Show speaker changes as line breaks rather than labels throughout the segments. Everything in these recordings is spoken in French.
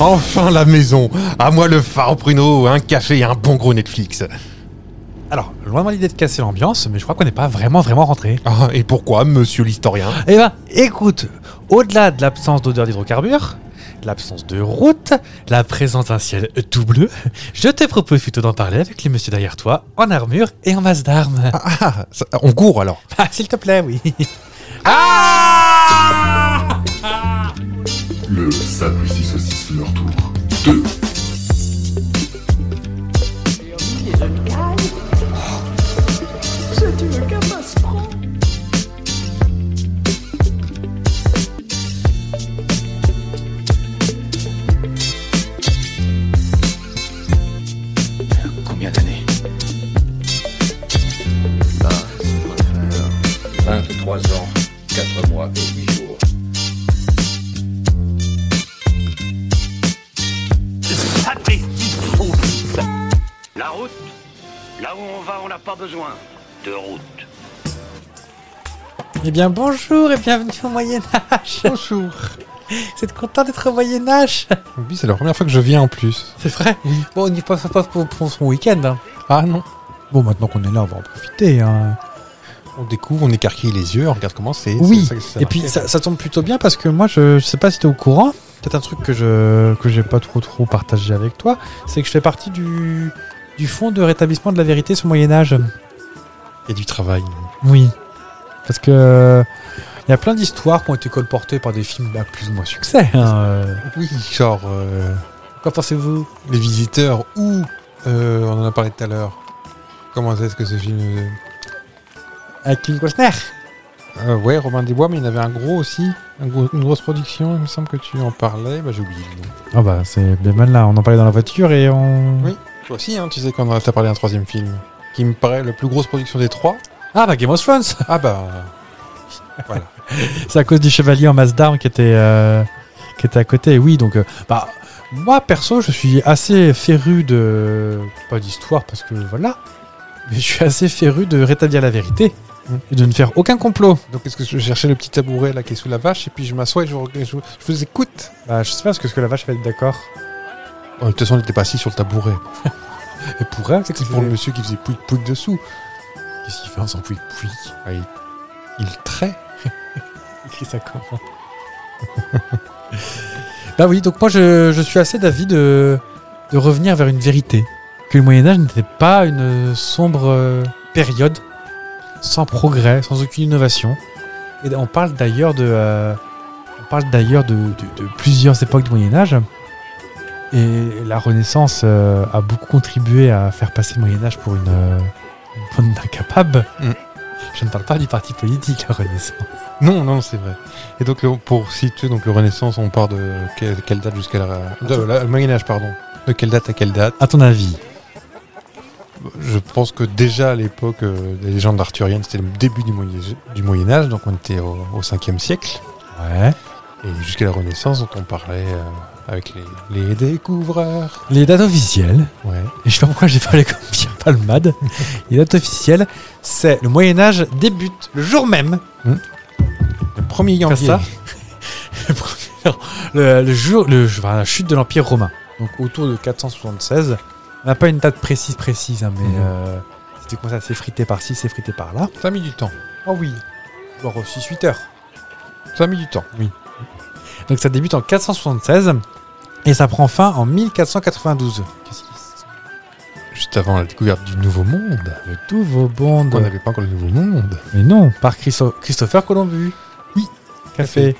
enfin la maison À moi le phare au pruneau, un café et un bon gros Netflix
Alors, loin de moi l'idée de casser l'ambiance, mais je crois qu'on n'est pas vraiment, vraiment rentré.
Ah, Et pourquoi, monsieur l'historien
Eh ben, écoute, au-delà de l'absence d'odeur d'hydrocarbures, l'absence de route, la présence d'un ciel tout bleu, je te propose plutôt d'en parler avec les messieurs derrière toi, en armure et en masse d'armes.
Ah, ça- on court alors
Ah, s'il te plaît, oui.
Le Sapristi Saucisse fait leur tour. 2.
Combien d'années
23 ans, 4 mois et 8 jours.
La route Là où on va, on n'a pas besoin de route.
Eh bien, bonjour et bienvenue au Moyen-Âge. Bonjour. Vous êtes content d'être au Moyen-Âge
Oui, c'est la première fois que je viens en plus.
C'est vrai Bon, on n'y passe pas pour, pour son week-end. hein.
Ah non
Bon, maintenant qu'on est là, on va en profiter. hein.
On découvre, on écarquille les yeux, on regarde comment c'est.
Oui,
c'est ça que ça
et puis ça, ça tombe plutôt bien parce que moi, je, je sais pas si t'es au courant, peut-être un truc que je que j'ai pas trop trop partagé avec toi, c'est que je fais partie du, du fonds de rétablissement de la vérité sur le Moyen-Âge.
Il y a du travail.
Oui. Parce que il y a plein d'histoires qui ont été colportées par des films à plus ou moins succès. hein, euh.
Oui, genre euh,
Qu'en pensez-vous
les visiteurs ou euh, on en a parlé tout à l'heure. Comment est-ce que ce film euh,
Avec Kim Costner
euh, Ouais, Robin des Bois, mais il y en avait un gros aussi, un gros- une grosse production. Il me semble que tu en parlais, bah j'ai oublié. le nom.
Ah bah c'est bien mal là, on en parlait dans la voiture et on...
Oui. Toi aussi, hein, tu sais qu'on en a t'as parlé d'un troisième film qui me paraît la plus grosse production des trois.
Ah bah Game of Thrones
Ah bah
C'est à cause du chevalier en masse d'armes qui était euh, qui était à côté. Et Oui, donc euh, bah moi perso, je suis assez féru de pas d'histoire parce que voilà, mais je suis assez féru de rétablir la vérité
Mm.
et de ne faire aucun complot.
donc est-ce que je cherchais le petit tabouret là qui est sous la vache et puis je m'assois et je, je- je vous écoute.
Bah je sais pas ce que, ce que la vache va être d'accord.
Oh, de toute façon, on n'était pas assis sur le tabouret.
Et pour elle, hein, c'est que
C'est pour le monsieur qui faisait pouic pouic dessous.
Qu'est-ce qu'il fait en s'en pouille pouille
Ah, il, il trait.
Il crie ça comment Bah oui, donc moi je, je suis assez d'avis de, de revenir vers une vérité. Que le Moyen-Âge n'était pas une sombre euh, période sans progrès, sans aucune innovation. Et on parle d'ailleurs de, euh, on parle d'ailleurs de, de- de plusieurs époques du Moyen-Âge. Et la Renaissance euh, a beaucoup contribué à faire passer le Moyen-Âge pour une, euh, pour une incapable.
Mm.
Je ne parle pas du parti politique, la Renaissance.
Non, non, c'est vrai. Et donc, le- pour situer donc le Renaissance, on part de quelle, quelle date jusqu'à la, de la- le Moyen Âge, pardon. De quelle date à quelle date
À ton avis
Je pense que déjà à l'époque euh, des légendes arthuriennes, c'était le début du Moyen, du Moyen Âge, donc on était au, au 5e siècle.
Ouais.
Et jusqu'à la Renaissance, dont on parlait euh, avec les, les découvreurs.
Les dates officielles,
Ouais.
et je sais pas pourquoi j'ai parlé comme Pierre Palmade, les dates officielles, c'est le Moyen-Âge débute le jour même.
Le 1er
Faire
janvier.
ça le, premier- le- le jour, le, je- enfin, la chute de l'Empire romain. Donc autour de 476. On n'a pas une date précise, précise, hein, mais
Mhm.
euh, c'était comme ça, s'effriter par-ci, s'effriter par-là.
Ça a mis du temps.
Ah oui, voire 6-8 heures.
Ça a mis du temps.
Donc ça débute en 476 et ça prend fin en 1492. Qu'est-ce qui se
Juste avant la découverte du Nouveau Monde.
de tous vos bondes
On n'avait pas encore le Nouveau Monde.
Mais non, par Christo- Christopher Columbus. Oui, café.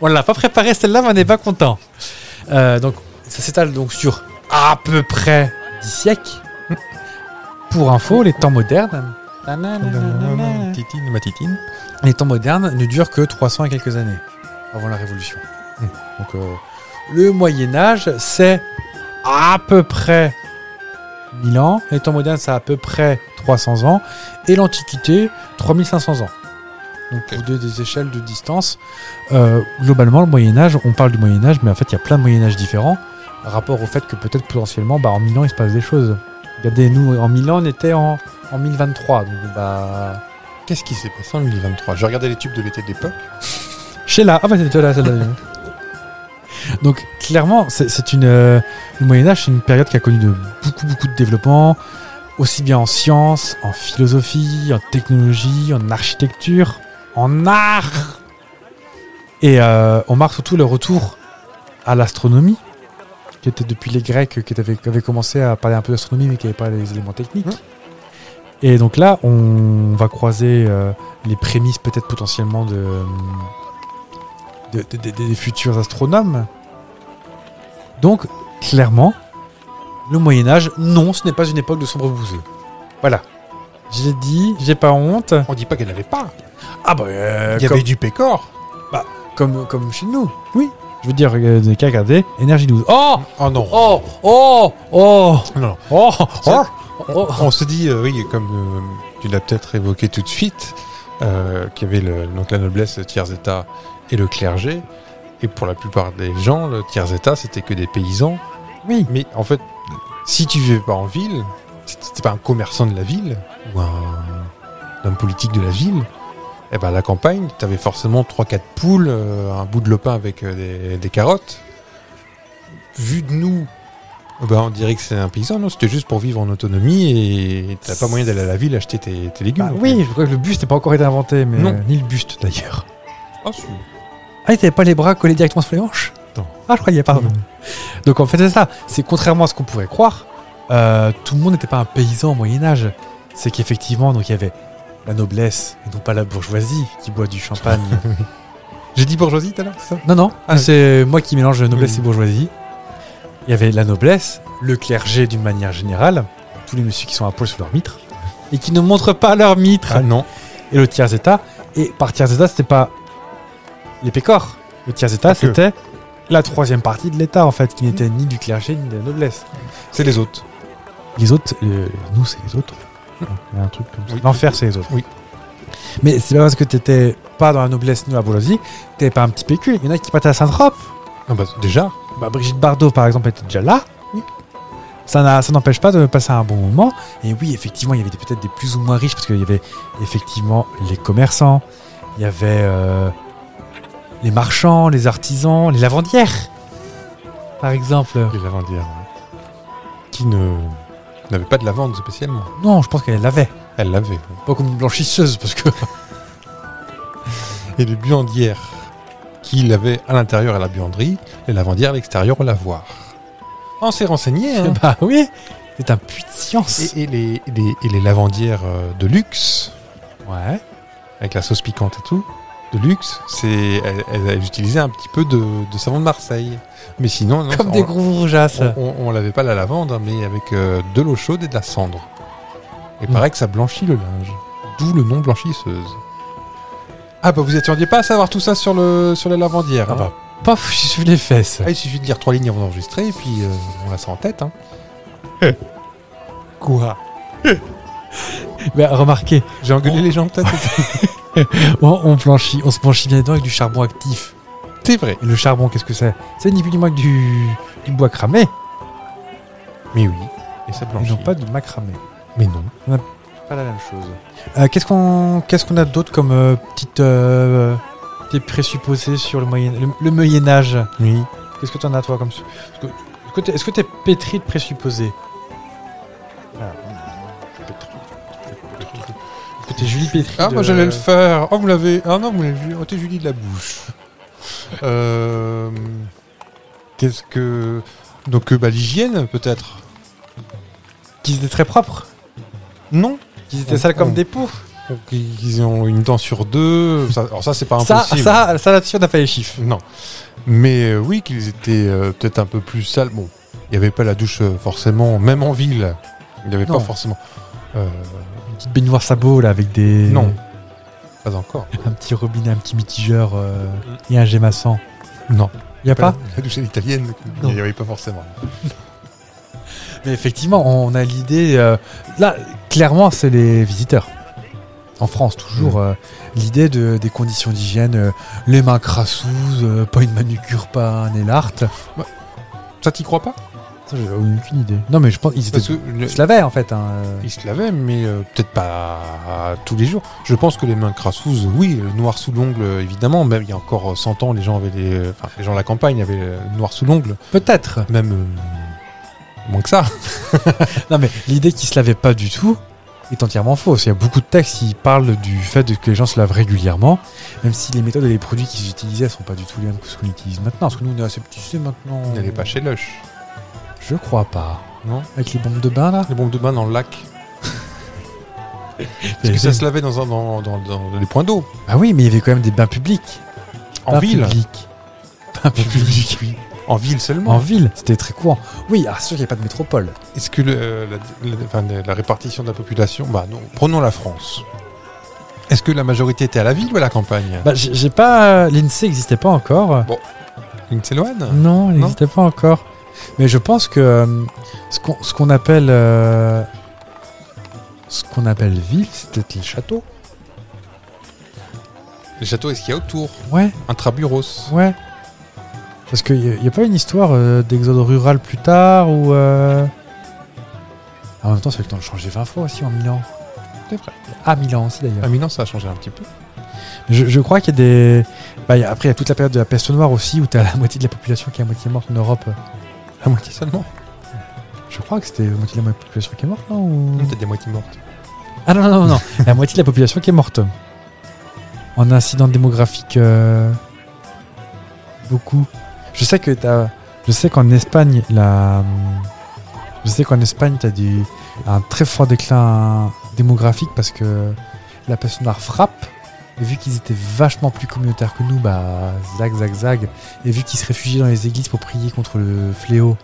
On l'a pas préparé celle-là, mais on n'est pas content. Euh, donc, ça s'étale donc sur à peu près 10 siècles. Pour info, les temps modernes,
Titine, ma titine.
les temps modernes ne durent que 300 et quelques années avant la Révolution. Donc, euh, le Moyen Âge, c'est à peu près 1000 ans. Les temps modernes, c'est à peu près 300 ans. Et l'Antiquité, 3500 ans. Donc pour des, des échelles de distance, euh, globalement, le Moyen Âge, on parle du Moyen Âge, mais en fait, il y a plein de Moyen Âge différents. Rapport au fait que peut-être potentiellement, bah, en 1000 ans, il se passe des choses. Regardez, nous, en 1000 ans, on était en, en 1023. Donc, bah...
Qu'est-ce qui s'est passé en 2023 Je regardais les tubes de l'été de l'époque.
Sheila, ah bah c'est toi là, celle-là. Donc clairement, c'est- c'est une euh, le Moyen Âge, c'est une période qui a connu de beaucoup beaucoup de développement, aussi bien en sciences, en philosophie, en technologie, en architecture, en art. Et euh, on marque surtout le retour à l'astronomie, qui était depuis les Grecs, qui avaient, avaient commencé à parler un peu d'astronomie, mais qui n'avaient pas les éléments techniques. Et donc là, on va croiser euh, les prémices peut-être potentiellement de, euh, de- de- de- de- des futurs astronomes. Donc, clairement, le Moyen Âge, non, ce n'est pas une époque de sombre bouseux. Voilà. Je l'ai dit, j'ai pas honte.
On dit pas qu'elle n'avait pas.
Ah bah, euh,
Il y
comme-
avait du pécor.
comme, comme chez nous. Oui. Je veux dire, euh, des cas regardez, Energy 12. Oh
Oh non.
Oh Oh Oh
Non,
Oh Oh
Ça- On se dit, euh, oui, comme euh, tu l'as peut-être évoqué tout de suite, euh, qu'il y avait le, donc la noblesse, le tiers-état et le clergé. Et pour la plupart des gens, le tiers-état, c'était que des paysans.
Oui.
Mais en fait, si tu vivais pas en ville, si t'étais pas un commerçant de la ville ou un, homme politique de la ville, eh ben à la campagne, t'avais forcément 3-4 poules, euh, un bout de lopin avec euh, des, des carottes. Vu de nous, eh ben on dirait que c'est un paysan, non C'était juste pour vivre en autonomie et t'as pas moyen d'aller à la ville acheter tes, tes légumes.
Bah
Donc,
oui, je crois que le buste n'est pas encore été inventé, mais
Non.
euh, ni le buste d'ailleurs.
euh, ah, si.
Ah, il t'avait pas les bras collés directement sur les hanches
Non.
Ah, je croyais, pardon. Donc en fait, c'est ça. C'est contrairement à ce qu'on pourrait croire, euh, tout le monde n'était pas un paysan au Moyen-Âge. C'est qu'effectivement, donc il y avait la noblesse et non pas la bourgeoisie qui boit du champagne.
J'ai dit bourgeoisie tout à l'heure, c'est ça
non, non,
Ah, Mmh.
c'est moi qui mélange noblesse
Oui.
et bourgeoisie. Il y avait la noblesse, le clergé d'une manière générale, tous les messieurs qui sont à poil sur leur mitre et qui ne montrent pas leur mitre
Ah non.
et le tiers état. Et par tiers état, c'était pas les pécores. Le tiers état,
Pas que.
c'était la troisième partie de l'État, en fait, qui n'était ni du clergé ni de la noblesse.
C'est les autres.
Les autres, euh, nous, c'est les autres. Il y a un truc comme ça.
Oui.
L'enfer, c'est les autres.
Oui.
Mais c'est pas parce que t'étais pas dans la noblesse ni dans la bourgeoisie, t'étais pas un petit PQ. Il y en a qui partaient à Saint-Trope.
Ah bah, déjà.
Bah, Brigitte Bardot, par exemple, était déjà là. Ça n'a- ça n'empêche pas de passer un bon moment. Et oui, effectivement, il y avait des- peut-être des plus ou moins riches, parce qu'il y avait effectivement les commerçants, il y avait euh, les marchands, les artisans, les lavandières, par exemple.
Les lavandières. ouais. hein, Qui ne n'avait pas de lavande spécialement.
Non, je pense qu'elles l'avaient.
Elle l'avait.
Pas comme une blanchisseuse, parce que.
Et les buandières qui l'avaient à l'intérieur à la buanderie, les lavandières à l'extérieur au lavoir. On s'est renseigné. hein.
bah oui, c'est un puits de science.
Et, et les, et les- et les lavandières euh, de luxe,
Ouais.
avec la sauce piquante et tout, de luxe, c'est elles, elles- elles utilisaient un petit peu de, de savon de Marseille. Mais sinon, non,
Comme
on,
des gros rougeasses.
on, on- on l'avait pas la lavande, hein, mais avec euh, de l'eau chaude et de la cendre. Et
Mm.
paraît que ça blanchit le linge. D'où le nom blanchisseuse. Ah bah vous attendiez pas à savoir tout ça sur le sur la lavandière.
Ah
hein.
bah, paf, je suis les fesses.
Ah, il suffit de lire trois lignes avant d'enregistrer et puis euh, on l'a ça en tête. Hein. Quoi
Bah, remarquez,
J'ai engueulé
Oh.
les gens peut-être
On, Oh, on planchit, on se planchit bien dedans avec du charbon actif.
C'est vrai.
Et le charbon, qu'est-ce que c'est C'est ni plus ni moins que du, du bois cramé.
Mais oui. Et ça
Ils
blanchit.
n'ont pas du macramé.
Mais non.
Pas la même chose. Euh, qu'est-ce qu'on qu'est-ce qu'on a d'autre comme euh, petite euh, des présupposés sur le moyen le, le Moyen Âge
Oui.
Qu'est-ce que t'en as toi comme su- est-ce que- est-ce que t'es- est-ce que t'es pétri de présupposés
Ah,
Voilà. Est-ce que t'es Julie Pétri
Ah
de-
moi j'allais le faire. Oh vous l'avez. Ah non vous l'avez vu. Oh t'es Julie de la bouche. Euh, Qu'est-ce que. Donc euh, bah, l'hygiène peut-être.
Qu'ils étaient très Oh. propres
Non.
Qu'ils étaient sales comme des poux
Ils ont une dent sur deux. Ça- alors ça c'est pas
Ça,
impossible.
ça, ça là-dessus, on n'a pas les chiffres.
Non. Mais euh, oui, qu'ils étaient euh, peut-être un peu plus sales. Bon, il n'y avait pas la douche euh, forcément, même en ville. Il n'y avait
Non.
pas forcément. Euh,
Une petite baignoire sabot là avec des.
Non. Pas encore.
Un petit robinet, un petit mitigeur euh, et un gémassant.
Non.
Il a pas
la, la douche à l'italienne,
Non.
il n'y avait pas forcément.
Mais effectivement, on a l'idée. euh, là, clairement, c'est les visiteurs. En France, toujours
Mm.
euh, l'idée de, des conditions d'hygiène, euh, les mains crassouses, euh, pas une manucure, pas un élart.
Ça t'y crois pas
Ça, j'ai aucune idée. Non, mais je pense qu'ils étaient-
Parce que le-
ils se lavaient en fait. hein, euh.
ils se lavaient, mais euh, peut-être pas tous les jours. Je pense que les mains crassouses, oui, le noir sous l'ongle, euh, évidemment. Même il y a encore euh, 100 ans, les gens avaient les, enfin, les gens de la campagne avaient euh, le noir sous l'ongle,
Peut-être.
même euh, moins que ça.
Non, mais l'idée qu'ils se lavaient pas du tout est entièrement fausse. Il y a beaucoup de textes qui parlent du fait de- que les gens se lavent régulièrement, même si les méthodes et les produits qu'ils utilisaient sont pas du tout les mêmes que ce qu'on utilise maintenant. Parce que nous, on est assez petits, c'est maintenant.
Ils n'allaient pas chez Lush.
Je crois pas.
Non.
Avec les bombes de bain là
Les bombes de bain dans le lac. Parce que ça se lavait dans, un, dans, dans, dans les points d'eau.
Ah oui, mais il y avait quand même des bains publics.
En
Bains
ville.
publics. Bains publics, oui.
En ville seulement.
En ville, c'était très courant. Oui, ah, c'est sûr qu'il n'y a pas de métropole.
Est-ce que le- euh, la, la- enfin, la répartition de la population. Bah, non, prenons la France. Est-ce que la majorité était à la ville ou à la campagne
Bah, j'ai j'ai pas. L'INSEE n'existait pas encore.
Une Céloane
Non, elle
Non.
n'existait pas encore. Mais je pense que euh, ce qu'on ce qu'on appelle euh, ce qu'on appelle ville, c'est peut-être les châteaux.
Le château, est-ce qu'il y a autour
Ouais,
Intraburos.
ouais. Parce qu'il n'y a, pas une histoire euh, d'exode rural plus tard ou. euh, Ah, En même temps, ça fait le temps de changer 20 fois aussi en Milan.
C'est vrai. Ah,
À Milan aussi d'ailleurs.
À Milan, ça a changé un petit peu.
Je, je crois qu'il y a des. Bah, il y a- après, il y a toute la période de la peste noire aussi où tu as la moitié de la population qui est à moitié morte en Europe.
La moitié seulement.
Je crois que c'était la moitié de la population qui est morte, non ou-
Peut-être des moitiés mortes.
Ah non, non, non, non. la moitié de la population qui est morte. En incident démographique, euh, beaucoup. Je sais que t'as, je sais qu'en Espagne, la, je sais qu'en Espagne, t'as du, un très fort déclin démographique parce que la peste noire frappe. Et vu qu'ils étaient vachement plus communautaires que nous, bah, zag, zag, zag. Et vu qu'ils se réfugiaient dans les églises pour prier contre le fléau,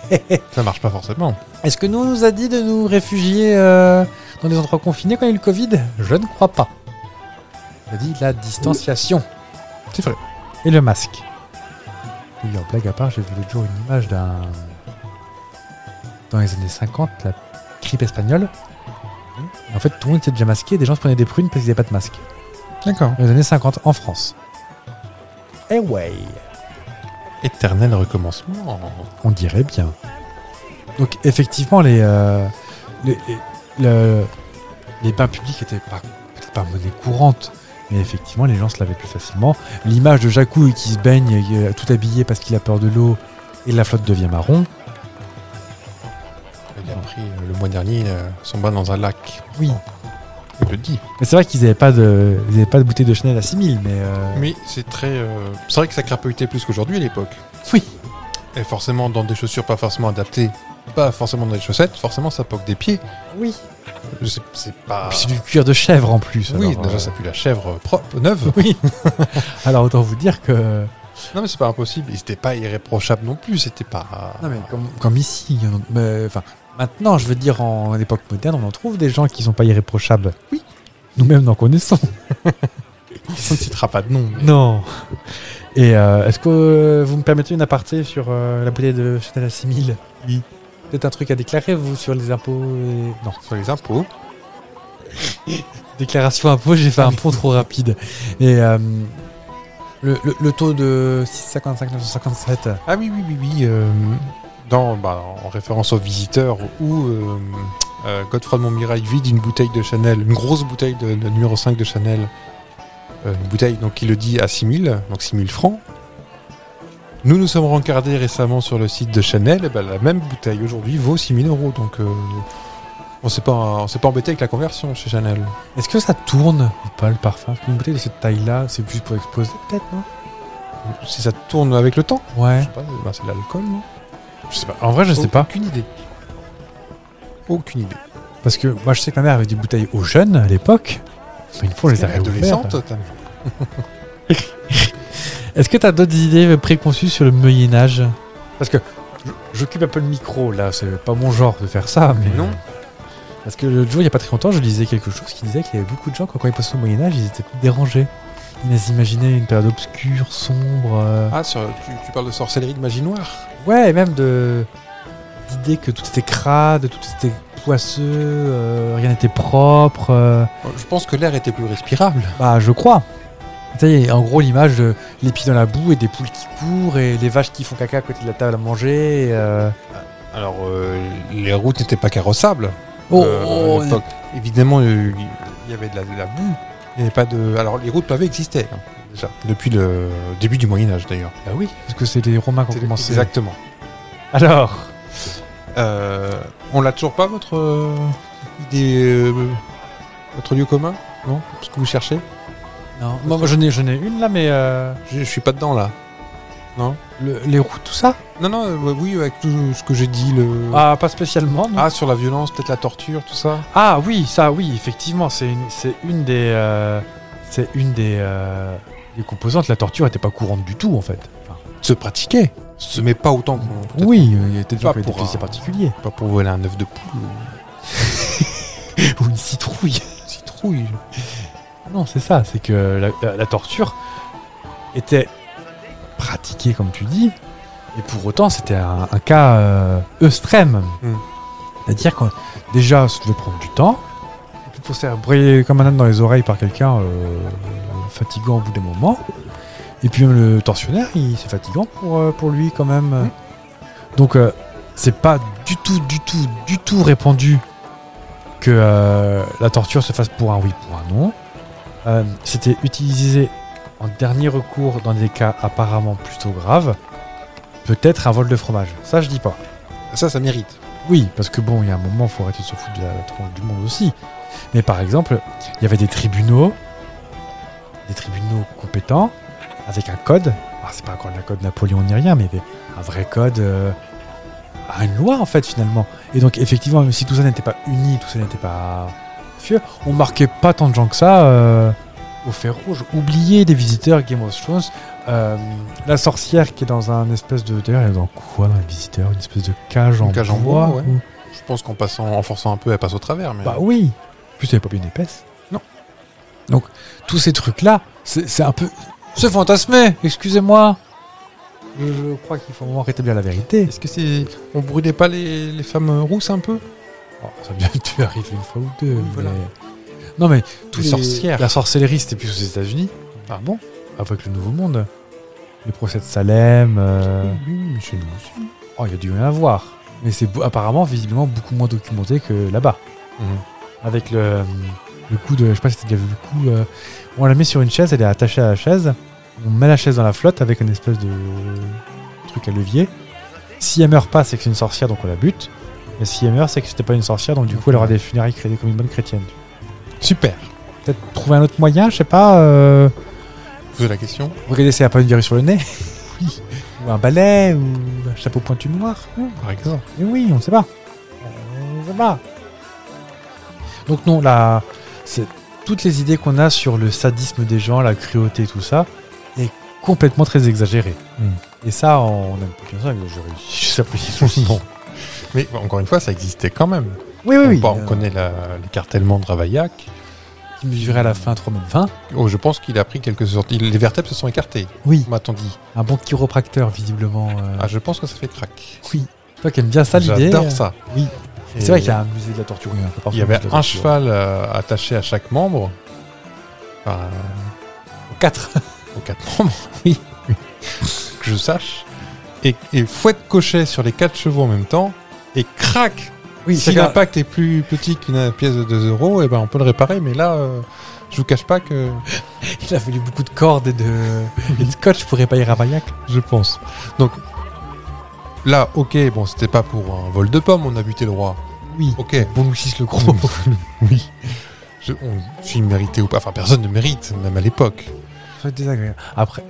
Ça marche pas forcément.
est-ce que nous, on nous a dit de nous réfugier euh, dans des endroits confinés quand il y a eu le Covid Je ne crois pas. On a dit la distanciation.
C'est vrai.
Et le masque. Et en blague à part, j'ai vu l'autre jour une image d'un. Dans les années 50, la grippe espagnole. En fait, tout le monde était déjà masqué, des gens se prenaient des prunes parce qu'ils n'avaient pas de masque.
D'accord.
Dans les années 50, en France. Eh ouais
Éternel recommencement.
On dirait bien. Donc effectivement, les, euh, les, les, le- les bains publics étaient pas, peut-être pas monnaie courante, mais effectivement, les gens se lavaient plus facilement. L'image de Jacouille qui se baigne euh, tout habillé parce qu'il a peur de l'eau et la flotte devient marron.
Il a pris euh, le mois dernier euh, son bain dans un lac.
Oui.
Il le dit.
Mais c'est vrai qu'ils n'avaient pas, de- ils avaient pas de bouteille de Chanel à 6000, mais... euh,
Mais c'est très. euh, C'est vrai que ça crapahutait plus qu'aujourd'hui à l'époque.
Oui.
Et forcément, dans des chaussures pas forcément adaptées, pas forcément dans des chaussettes, forcément ça poque des pieds.
Oui.
Je sais- C'est
Et
pas.
puis C'est du cuir de chèvre en plus.
Oui,
alors,
déjà
euh,
ça pue la chèvre propre, neuve.
Oui. alors autant vous dire que...
Non, mais c'est pas impossible. Et C'était pas irréprochable non plus. C'était pas.
Non, mais comme, comme ici. hein, mais, Enfin, maintenant, je veux dire, en, à l'époque moderne, on en trouve des gens qui sont pas irréprochables. Oui. Nous-mêmes n'en connaissons.
On ne citera pas de nom. mais-
Non. Et euh, est-ce que euh, vous me permettez une aparté sur euh, la bouteille de Chanel à 6000 Oui. Peut-être un truc à déclarer, vous, sur les impôts et- Non.
Sur les impôts.
Déclaration impôts, j'ai fait un pont trop rapide. Et euh, le, le- le taux de 655, 957.
Ah oui, oui, oui, oui. euh, dans, bah, en référence aux visiteurs, où euh, euh, Godefroy de Montmirail vide une bouteille de Chanel, une grosse bouteille de, de numéro 5 de Chanel, euh, une bouteille, donc il le dit à 6000, donc 6000 francs. Nous nous sommes rencardés récemment sur le site de Chanel, et ben, la même bouteille aujourd'hui vaut 6000 euros, donc euh, on s'est pas, on s'est pas embêté avec la conversion chez Chanel.
Est-ce que ça tourne ou pas le parfum Une bouteille de cette taille-là, c'est juste pour exposer, peut-être, non
Si ça tourne avec le temps,
Ouais.
je sais pas, ben, c'est de l'alcool, non
Je sais pas. En vrai, je sais pas.
Aucune idée. Aucune idée.
Parce que moi, je sais que ma mère avait des bouteilles aux jeunes à l'époque. Mais une fois, on les hein. a réouvertes.
adolescentes, t'as-
Est-ce que t'as d'autres idées préconçues sur le Moyen-Âge Parce que je- j'occupe un peu le micro, là. C'est pas mon genre de faire ça, mais.
Non.
Parce que l'autre jour, il y a pas très longtemps, je lisais quelque chose qui disait qu'il y avait beaucoup de gens, quand, quand ils passaient au Moyen-Âge, ils étaient dérangés. Ils imaginaient une période obscure, sombre. euh,
Ah, sur- tu, tu parles de sorcellerie de magie noire
Ah, Ouais, et même de d'idée que tout était crade, tout était poisseux, euh, rien n'était propre. euh,
Je pense que l'air était plus respirable.
bah, je crois. Ça y est, en gros, l'image de les pieds dans la boue et des poules qui courent et les vaches qui font caca à côté de la table à manger. et, euh,
Alors, euh, les routes n'étaient pas carrossables.
Oh,
euh, à
oh,
l'époque. Évidemment, euh, il y avait de la, de la boue. Il n'y avait pas de. Alors, les routes pavées existaient hein, déjà depuis le début du Moyen Âge d'ailleurs.
Bah oui, parce que c'est les Romains qui ont
C'est-
commencé.
Exactement.
Alors,
Euh, on l'a toujours pas votre euh, idée, euh, votre lieu commun, non Ce que vous cherchez
non, moi, moi, j'en ai, j'en ai une là, mais euh,
je, je suis pas dedans là.
le- les routes, tout ça
Non, non. euh, ouais, oui, avec tout ce que j'ai dit. Le...
Ah, pas spécialement. non. Ah.
Ah, sur la violence, peut-être la torture, tout ça.
oui, ça, oui, effectivement, c'est une, c'est une des, euh, c'est une des, euh, des composantes. La torture était pas courante du tout en fait. Enfin,
Se pratiquer. Se met pas autant qu'on. peut-être
oui, il y a des gens
Pas
qui avaient des
pour
plaisirs
un-
particuliers.
Pas pour voler un œuf de poule
Ou une citrouille. Ah
ou citrouille.
Non, c'est ça, c'est que la, la- la torture était pratiquée, comme tu dis, et pour autant, c'était un, un cas euh, extrême.
Mm.
C'est-à-dire que déjà, ça devait prendre du temps, et puis pour se faire briller comme un âne dans les oreilles par quelqu'un euh, fatigant au bout d'un moment, et puis même le tortionnaire, il- c'est fatigant pour, euh, pour lui quand même. Donc, euh, c'est pas du tout, du tout, du tout répandu que euh, la torture se fasse pour un oui, pour un non. Euh, C'était utilisé en dernier recours dans des cas apparemment plutôt graves. Peut-être un vol de fromage. Ça, je dis pas.
Ça, ça mérite.
Oui, parce que bon, il y a un moment, faut arrêter de se foutre de la tronche du monde aussi. Mais par exemple, il y avait des tribunaux, des tribunaux compétents, avec un code. Alors, c'est pas encore la code Napoléon ni rien, mais il y avait un vrai code, euh, une loi en fait, finalement. Et donc, effectivement, même si tout ça n'était pas uni, tout ça n'était pas fieux, on marquait pas tant de gens que ça euh, au fer rouge. Oubliez des visiteurs Game of Thrones. euh, la sorcière qui est dans un espèce de. D'ailleurs, elle est dans quoi dans les visiteurs Une espèce de cage en
Une cage en
bois.
bois, ouais.
ou-
Je pense qu'en passant, en forçant un peu, elle passe au travers. Mais
bah oui. En plus, elle n'est pas bien épaisse.
Non.
Donc, tous ces trucs-là, c'est c'est un peu. C'est fantasmé, excusez-moi. Je, je crois qu'il faut vraiment rétablir la vérité.
Est-ce que c'est. On brûlait pas les, les femmes rousses un peu
Oh, ça a bien dû arriver une fois ou deux.
Oui, voilà.
mais- Non, mais tous
Les
les-
sorcières.
La sorcellerie, c'était plus aux États-Unis,
Ah bon
avec le Nouveau Monde. Les procès de Salem. euh,
Oui, mais chez nous aussi.
Oh, il y a dû y en avoir. Mais c'est bou- apparemment, visiblement, beaucoup moins documenté que là-bas.
Mhm.
Avec le, euh, le coup de. Je sais pas si t'as déjà vu le coup. euh, on la met sur une chaise, elle est attachée à la chaise. On met la chaise dans la flotte avec une espèce de truc à levier. Si elle meurt pas, c'est que c'est une sorcière, donc on la bute. Mais si elle meurt, c'est que c'était pas une sorcière, donc du coup, elle aura des funérailles créées comme une bonne chrétienne.
Super.
Peut-être trouver un autre moyen, je sais pas. euh,
Vous avez la question
Regardez si elle a pas une virée sur le nez. oui. Ou un balai, ou un chapeau pointu noir.
Par exemple.
Mais Eh oui, on ne sait pas. On ne sait pas. Donc non, là, c'est toutes les idées qu'on a sur le sadisme des gens, la cruauté, tout ça, est complètement très exagéré.
Hmm.
Et ça, on n'aime plus bien ça, exagéré. Je sais pas si
Non. Mais bah, encore une fois, ça existait quand même.
Oui, oui, euh. oui.
Bon, on connaît la- l'écartèlement de Ravaillac.
Qui mesurait à la fin 3 mètres 20.
Oh, je pense qu'il a pris quelques sorties. Les vertèbres se sont écartées,
Oui.
m'a-t-on dit.
Un bon chiropracteur, visiblement. euh,
Ah, je pense que ça fait crack.
oui. Toi qui aimes bien ça, l'idée. euh,
J'adore ça.
Oui.
Et
C'est vrai qu'il y a un musée de la torture. un peu partout,
il y avait
de la
un
torture.
cheval euh, attaché à chaque membre. Enfin,
Quatre.
aux quatre membres, oui, que je sache, et, et fouette cochet sur les quatre chevaux en même temps, et crac
Oui,
Si
chacun-
l'impact est plus petit qu'une pièce de 2 euros, et ben on peut le réparer, mais là, euh, je vous cache pas que
Il a fallu beaucoup de cordes et de, et de scotch pour réparer Ravaillac.
je pense. Donc, là, ok, bon, c'était pas pour un vol de pommes, on a buté le roi.
Oui.
Ok,
Bon Lucis le gros.
oui. Je, on, s'il méritait ou pas, enfin personne ne mérite, même à l'époque.
C'est désagréable. Après,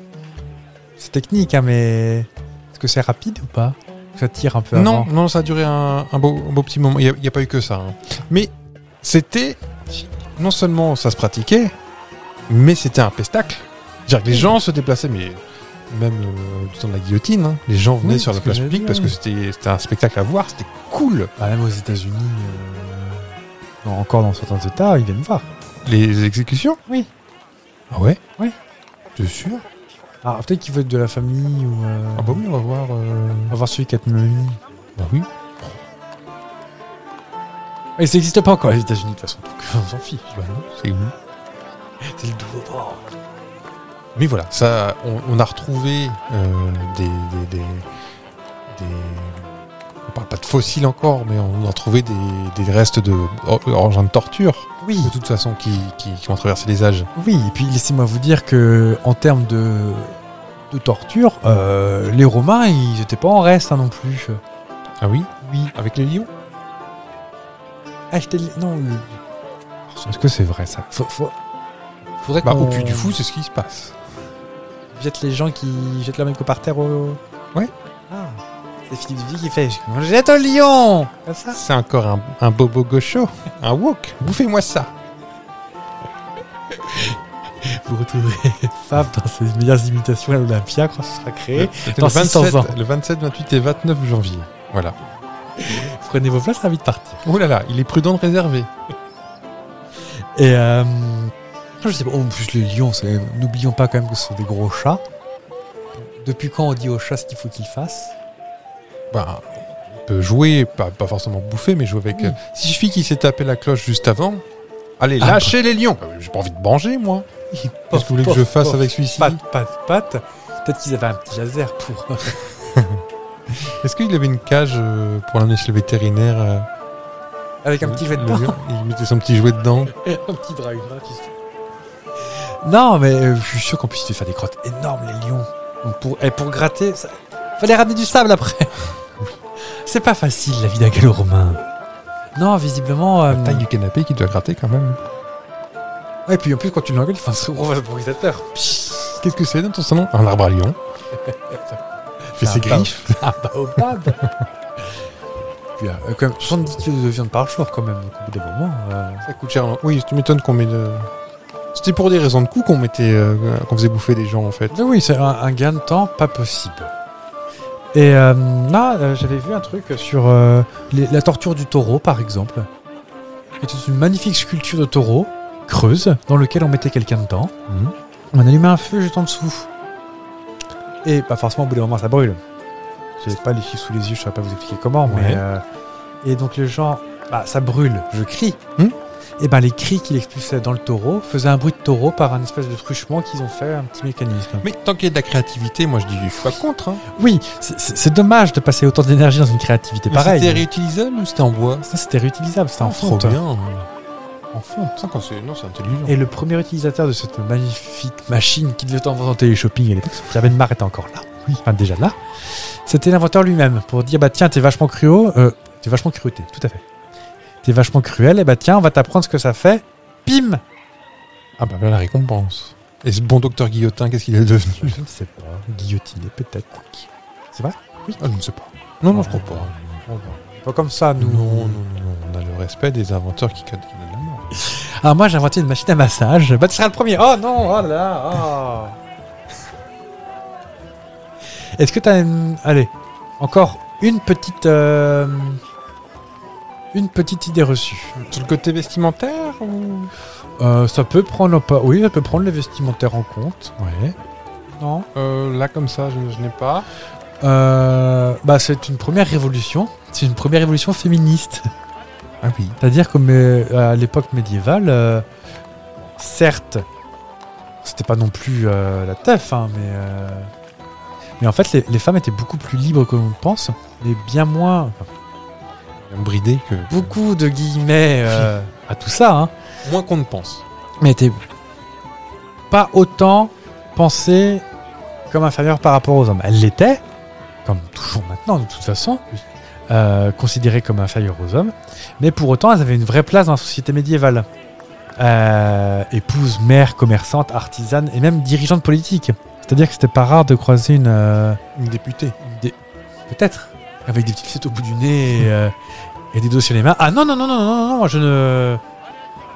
c'est technique, hein, mais est-ce que c'est rapide ou pas Ça tire un peu
Non,
avant.
non, ça a duré un, un beau, un beau petit moment. Il n'y a, pas eu que ça. hein. Mais c'était. Non seulement ça se pratiquait, mais c'était un pestacle. C'est-à-dire que les gens se déplaçaient, mais même euh, du temps de la guillotine, hein, les gens venaient
Oui,
sur la
c'est ce que
place
j'allais
publique
dire,
parce que
oui.
c'était c'était un spectacle à voir, c'était cool.
Bah, même aux États-Unis, euh, non, encore dans certains États, ils viennent voir.
Les exécutions
Oui.
Ah ouais
Oui.
T'es sûr
Ah, peut-être qu'ils veulent être de la famille ou. euh,
Ah bah oui, on va voir. euh,
on va voir celui qui a tenu le lit.
Bah oui.
Et ça n'existe pas encore aux États-Unis de toute façon, donc on s'en fiche.
Bah non, c'est où
C'est le nouveau bord.
Mais voilà, ça, on, on a retrouvé euh, des, des, des, des- on parle pas de fossiles encore, mais on a trouvé des, des restes de or- engins de torture,
Oui,
de toute façon, qui, qui- qui ont traversé les âges.
oui. Et puis laissez-moi vous dire que en termes de, de torture, euh, les Romains, ils n'étaient pas en reste hein, non plus.
Ah oui
Oui.
Avec les lions
Ah, je t'ai dit- Non. le-
Est-ce que c'est vrai ça
Faut, faut... Faudrait
Bah,
qu'on
au puits du fou, c'est ce qui se passe.
jette les gens qui jettent leur micro par terre au.
Ouais.
Ah. C'est Philippe Duby qui fait. On jette au lion. Comme ça.
C'est encore un, un bobo gaucho, un wok. Bouffez-moi ça
Vous retrouverez Fab dans ses meilleures imitations à l'Olympia quand ce sera créé.
C'était
Dans
le
600
27,
ans.
le 27, 28 et 29 janvier. Voilà.
Prenez vos places, ça va vite partir.
Oh là là, il est prudent de réserver.
Et euh, je sais pas, en plus les lions, c'est- n'oublions pas quand même que ce sont des gros chats. Depuis quand on dit aux chats ce qu'il faut qu'ils fassent
Ben, il peut jouer, pas, pas forcément bouffer, mais jouer avec.
Oui.
euh, Si suffit qu'il s'est tapé la cloche juste avant, allez,
Ah,
lâchez les lions Bah, J'ai pas envie de manger, moi Qu'est-ce
Pof,
que vous voulez que
pof,
je fasse
pof,
avec celui-ci
Patte, patte, patte. Peut-être qu'ils avaient un petit laser pour.
Est-ce qu'il avait une cage euh, pour l'emmener chez le vétérinaire euh,
Avec un petit jet de
le
pain.
lion Il mettait son petit jouet dedans.
un petit dragon, hein, tu sais. Non, mais euh, je suis sûr qu'on puisse lui faire des crottes énormes, les lions. Donc pour, et pour gratter, ça... fallait ramener du sable après. C'est pas facile la vie d'un gueule romain. Non, visiblement. euh,
La taille du canapé qui doit gratter quand même.
Ouais, et puis en plus, quand tu l'engueules, il fait un très gros vaporisateur.
Qu'est-ce que c'est dans ton salon Un arbre à lion. Il fait
C'est
ses
un
griffes.
Ah, baobab Puis, euh, quand même, 70 kilos de viande par jour, quand même, donc au bout d'un moment. euh,
Ça coûte cher. Oui, tu m'étonnes qu'on met de... C'était pour des raisons de coût qu'on mettait, euh, qu'on faisait bouffer des gens en fait.
Mais oui, c'est un, un gain de temps pas possible. Et euh, là, euh, j'avais vu un truc sur euh, les- la torture du taureau, par exemple. C'était une magnifique sculpture de taureau creuse dans lequel on mettait quelqu'un dedans.
Mhm.
On allumait un feu juste en dessous. Et pas forcément, au bout d'un moment, ça brûle. J'ai pas les chiffres sous les yeux, je saurais pas vous expliquer comment, mais.
Ouais.
euh, et donc les gens, bah, ça brûle, je crie.
Mhm.
Et ben les cris qu'il expulsait dans le taureau faisaient un bruit de taureau par un espèce de truchement qu'ils ont fait, un petit mécanisme.
Mais tant qu'il y a de la créativité, moi je dis je suis pas contre. Hein.
Oui, c'est- c'est c'est dommage de passer autant d'énergie dans une créativité
Mais C'était
pareille.
réutilisable ou c'était en bois
Ça, c'était réutilisable, c'était en
Trop
fonte.
bien.
En fonte.
Ça, quand c'est... Non, c'est intelligent.
Et le premier utilisateur de cette magnifique machine qui devait en vendre en télé-shopping à l'époque, parce que Pierre Benmar était encore là, oui. enfin déjà là, c'était l'inventeur lui-même pour dire bah tiens, t'es vachement cruau, euh, t'es vachement cruauté, tout à fait. T'es vachement cruel, et bah tiens, on va t'apprendre ce que ça fait. Pim
Ah bah voilà la récompense. Et ce bon docteur Guillotin, qu'est-ce qu'il est devenu
Je ne sais pas, guillotiné peut-être. C'est vrai
Ah, Je ne sais pas. Non, non, je crois pas.
Pas comme ça, nous.
Non, non, non, non, on a le respect des inventeurs qui codent qui donnent la mort.
Alors Ah, moi j'ai inventé une machine à massage. Bah tu seras le premier. Oh non, oh là là. oh. Est-ce que t'as une... Allez, encore une petite... euh, Une petite idée reçue.
Sur le côté vestimentaire ou...
Euh, ça peut prendre... pas- Oui, ça peut prendre les vestimentaires en compte.
Ouais.
Non.
Euh, là, comme ça, je, je n'ai pas.
Euh, Bah c'est une première révolution. C'est une première révolution féministe.
Ah oui.
C'est-à-dire qu'à l'époque médiévale, euh, certes, c'était pas non plus euh, la teuf, hein, mais, euh, mais en fait, les, les femmes étaient beaucoup plus libres que l'on le pense, mais bien moins, enfin,
Même bridé que...
beaucoup de guillemets euh, à tout ça, hein,
Moins qu'on ne pense.
mais étaient pas autant pensées comme inférieures par rapport aux hommes. Elles l'étaient, comme toujours maintenant de toute façon, euh, considérées comme inférieures aux hommes, mais pour autant elles avaient une vraie place dans la société médiévale. Euh, épouse, mère, commerçante, artisane et même dirigeante politique. C'est-à-dire que c'était pas rare de croiser une... euh,
Une députée.
une dé- Peut-être. Avec des petites fêtes au bout du nez et, euh, et des dos sur les mains. Ah non, non, non, non, non, non, non, moi je ne...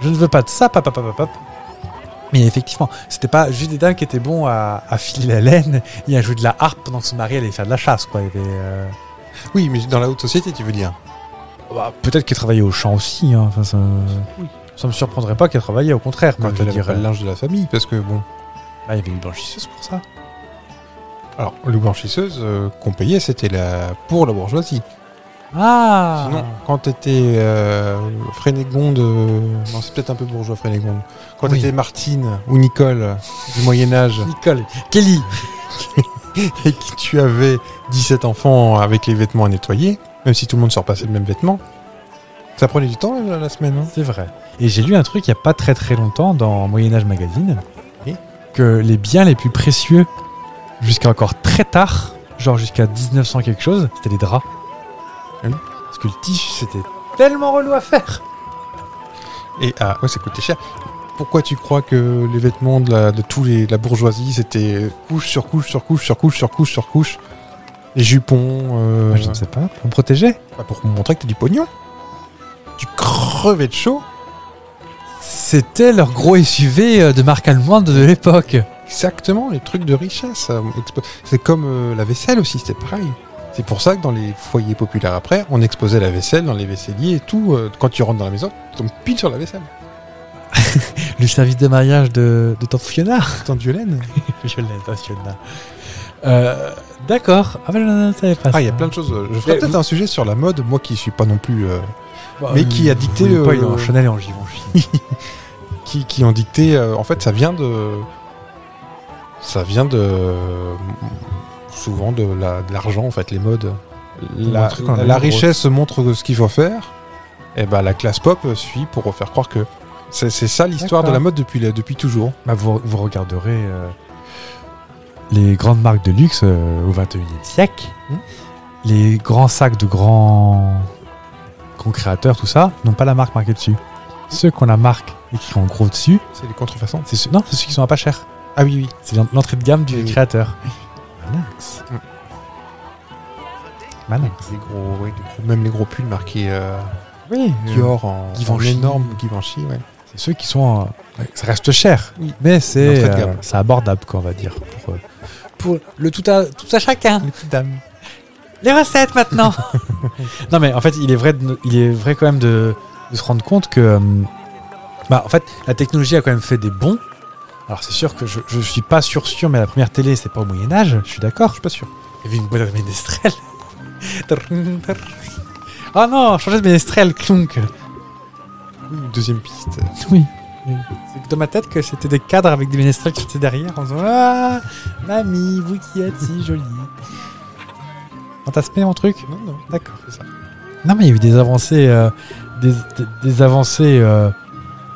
Je ne veux pas de ça, papa, papa, papa. Mais effectivement, c'était pas juste des dames qui étaient bons à, à filer la laine et à jouer de la harpe pendant que son mari allait faire de la chasse, quoi. Il y avait, euh,
Oui, mais dans la haute société, tu veux dire
bah, Peut-être qu'elle travaillait au champ aussi, hein. Enfin, ça... ça me surprendrait pas qu'elle travaillait, au contraire.
Quand
même, je
elle
veux
avait
dire,
pas le linge de la famille, parce que bon...
bah, il y avait une blanchisseuse pour ça.
Alors, les blanchisseuses euh, qu'on payait, c'était la... pour la bourgeoisie.
Ah
Sinon, quand t'étais euh, Frénégonde, euh, non, c'est peut-être un peu bourgeois Frénégonde. Quand
Oui.
t'étais Martine ou Nicole euh, du Moyen-Âge
Nicole, Kelly
et que tu avais 17 enfants avec les vêtements à nettoyer, Même si tout le monde se repassait le même vêtement. Ça prenait du temps la, la semaine. hein.
C'est vrai. Et j'ai lu un truc il n'y a pas très très longtemps dans Moyen Âge Magazine,
Oui.
que les biens les plus précieux, jusqu'à encore très tard, genre jusqu'à 1900 quelque chose, c'était les draps.
Ah oui.
Parce que le tige, c'était tellement relou à faire.
Et ah ouais, ça coûtait cher. Pourquoi tu crois que les vêtements de la, de tous les, de la bourgeoisie, c'était couche sur couche sur couche sur couche sur couche sur couche Les jupons. euh,
Moi, je ne sais pas, pour me protéger.
bah, pour montrer que t'as du pognon. Tu crevais de chaud.
C'était leur gros SUV euh, de marque allemande de l'époque.
Exactement, les trucs de richesse. euh, expo- C'est comme euh, la vaisselle aussi, c'était pareil. C'est pour ça que dans les foyers populaires après, on exposait la vaisselle dans les vaisseliers et tout. euh, Quand tu rentres dans la maison, tu tombes pile sur la vaisselle.
Le service de mariage de, de tante Fiona.
C'est en Duolaine.
Je l'ai, tante Fiona. Euh, D'accord. Ah, mais je ne savais pas.
Ah, il y a
ça.
plein de choses. Je ferai
Mais
peut-être un sujet sur la mode, moi qui suis pas non plus. euh,
Bah,
mais qui a dicté,
vous voulez pas,
euh,
il est en Chanel et en Givenchy.
qui, qui ont dicté. euh, en fait, ça vient de. Ça vient de. Souvent de la- de l'argent, en fait, les modes. La,
montrer qu'on a
la
le droit.
richesse montre ce qu'il faut faire. Et ben la classe pop suit pour faire croire que. C'est c'est ça l'histoire de
D'accord.
la mode depuis, la- depuis toujours.
Bah, vous, vous regarderez euh, les grandes marques de luxe euh, au 21e siècle,
Hmm.
les grands sacs de grands, grands créateurs, tout ça, n'ont pas la marque marquée dessus. Ceux qui ont la marque et qui ont gros dessus,
C'est les contrefaçons.
c'est ceux, non, c'est ceux qui sont à pas cher.
Ah oui, oui.
C'est l'en- l'entrée de gamme du
Oui, oui.
créateur. Malax.
Hmm.
Malax.
Les gros, oui, les gros- même les gros pulls marqués euh,
Oui,
Dior en,
Givenchy.
en énorme Givenchy, ouais.
C'est ceux qui sont. euh, ça reste cher,
Oui.
mais
L'entrée de
c'est
gamme.
euh, c'est abordable, quoi, on va dire. Pour, euh, pour le tout à, tout à chacun.
Les petites dames.
Les recettes maintenant Non, mais en fait, il est vrai, de- il est vrai quand même de, de se rendre compte que. euh, Bah, en fait, la technologie a quand même fait des bons. Alors, c'est sûr que je, je suis pas sûr, sûr, mais la première télé, c'est pas au Moyen-Âge, je suis d'accord. Je suis pas sûr. Il y avait une boîte à ménestrel. Trrrrrrrrr. Ah non, changer de ménestrel, clonk
Oui, Deuxième piste.
oui. C'est dans ma tête que c'était des cadres avec des ménestrels qui étaient derrière en disant Ah, mamie, vous qui êtes si jolie. On t'a spé mon truc
Non, non.
D'accord, c'est ça. Non, mais il y a eu des avancées, euh, des, des- des avancées euh,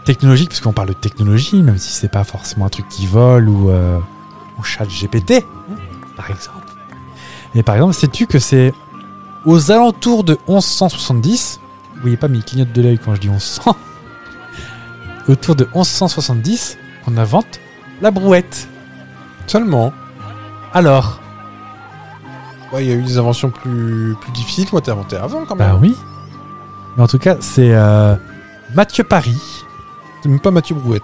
technologiques, parce qu'on parle de technologie, même si c'est pas forcément un truc qui vole ou, euh, ou chat GPT, par exemple. Mais par exemple, sais-tu que c'est aux alentours de 1170, vous voyez pas mes clignotes de l'œil quand je dis 1100, autour de 1170, qu'on invente la brouette.
Seulement.
Alors,
Ouais, il y a eu des inventions plus, plus difficiles qu'on t'a inventées avant quand même.
bah oui. Mais en tout cas, c'est euh, Mathieu Paris,
C'est même pas Mathieu Brouette.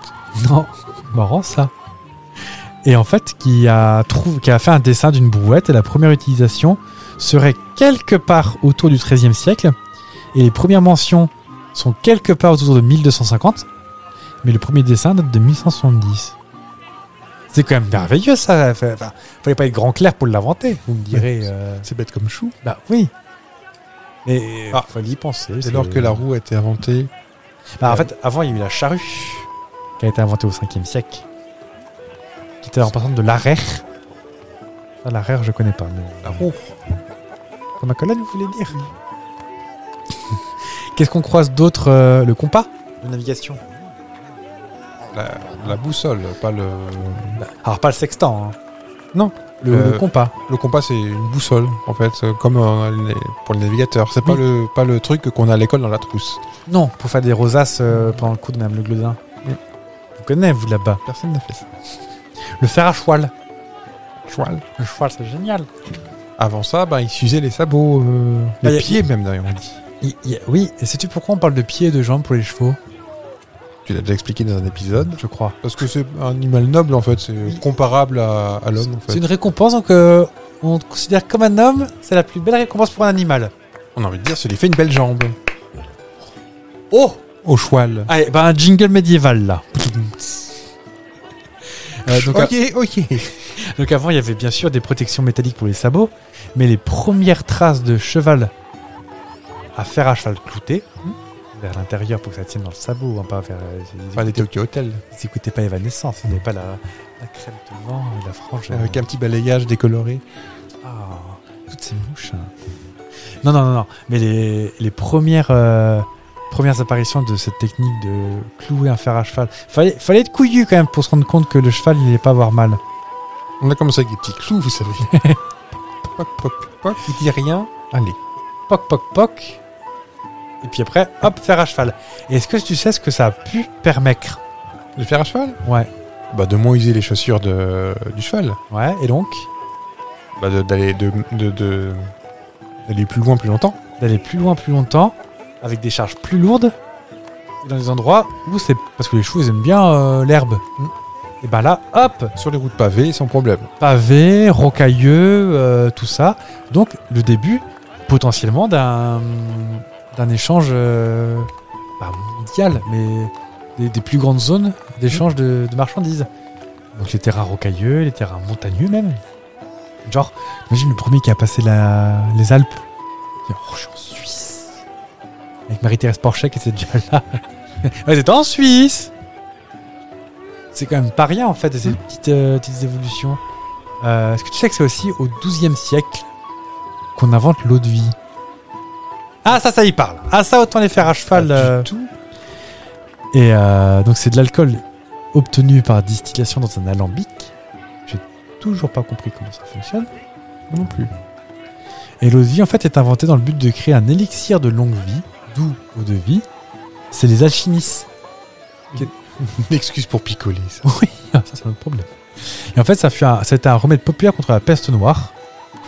Non, marrant ça. Et en fait, qui a, trouvé, qui a fait un dessin d'une brouette et la première utilisation serait quelque part autour du XIIIe siècle. Et les premières mentions sont quelque part autour de 1250. Mais le premier dessin date de 1570. C'est quand même merveilleux ça. Enfin, enfin, fallait pas être grand clair pour l'inventer, vous me direz. euh,
C'est bête comme chou.
bah oui. Mais euh,
Ah,
fallait y penser.
Dès lors que la roue a été inventée.
Bah, en fait, avant, il y a eu la charrue qui a été inventée au 5e siècle, qui était la représentante de l'arère. Ah, l'arère, je connais pas, mais
La roue.
comme ma colonne, vous voulez dire Qu'est-ce qu'on croise d'autre euh, Le compas De navigation.
La, la boussole, pas le.
Bah, Alors, pas le sextant, hein.
Non,
le,
euh,
le compas.
Le compas, c'est une boussole, en fait, euh, comme euh, les- pour les navigateurs. C'est pas,
Oui.
le, pas le truc qu'on a à l'école dans la trousse.
Non, pour faire des rosaces euh, pendant le coup de Mme Le Glodin.
Mm.
Vous connaissez, vous, là-bas.
Personne n'a fait ça.
Le fer à cheval.
Choual.
Le cheval, c'est génial.
Avant ça, bah, ils s'usaient les sabots, euh,
Bah, y
les
a-
pieds même d'ailleurs, on dit.
Il- il- oui, et sais-tu pourquoi on parle de pieds et de jambes pour les chevaux
Tu l'as déjà expliqué dans un épisode.
Je crois.
Parce que c'est un animal noble, en fait. C'est comparable à, à l'homme, en
C'est
fait.
une récompense donc euh, on te considère comme un homme, c'est la plus belle récompense pour un animal.
On a envie de dire, c'est l'effet une belle jambe.
Oh
Au choual.
Allez, bah un jingle médiéval là. Euh, donc,
ok, ok.
euh, donc avant il y avait bien sûr des protections métalliques pour les sabots, mais les premières traces de cheval à fer à cheval clouté hmm, vers l'intérieur pour que ça tienne dans le sabot, hein, pas vers. euh,
Enfin, les Tokyo Hotel.
ils écoutaient pas Evanescence, il n'y avait pas la, la crème de vent et la frange. euh,
Avec un petit balayage décoloré.
Ah, toutes ces mouches. hein. Non, non, non, non. Mais les, les premières, euh, premières apparitions de cette technique de clouer un fer à cheval, fallait, fallait être couillu quand même pour se rendre compte que le cheval, il n'allait pas avoir mal.
On a commencé avec des petits clous, vous savez. poc, poc, poc, il dit rien. Allez.
Poc, poc, poc. Et puis après, hop, fer à cheval. Et est-ce que tu sais ce que ça a pu permettre
Le fer à cheval
Ouais.
Bah, de moins user les chaussures de, du cheval.
Ouais, et donc
Bah, de- d'aller de, de, de- d'aller plus loin plus longtemps.
d'aller plus loin plus longtemps avec des charges plus lourdes et dans des endroits où c'est parce que les chevaux ils aiment bien euh, l'herbe et ben là hop
Sur les routes pavées, sans problème.
pavé rocailleux euh, tout ça donc le début potentiellement d'un d'un échange euh, pas mondial mais des, des plus grandes zones d'échange de, de marchandises donc les terrains rocailleux les terrains montagneux même genre imagine le premier qui a passé la, les Alpes Il dit, Oh, je suis en Suisse avec Marie-Thérèse Porchet qui était déjà là elle était en Suisse c'est quand même pas rien en fait, ces petites, euh, petites évolutions. Euh, Est-ce que tu sais que c'est aussi au XIIe siècle qu'on invente l'eau de vie Ah ça, ça y parle. Ah ça, autant les faire à cheval.
Ah,
euh.
tout.
Et euh, donc c'est de l'alcool obtenu par distillation dans un alambic. J'ai toujours pas compris comment ça fonctionne.
Non plus.
Et l'eau de vie, en fait, est inventée dans le but de créer un élixir de longue vie, d'où eau de vie. C'est les alchimistes.
Une excuse pour picoler, ça.
Oui, ça c'est notre problème. Et en fait, ça fut un, ça a été un remède populaire contre la peste noire.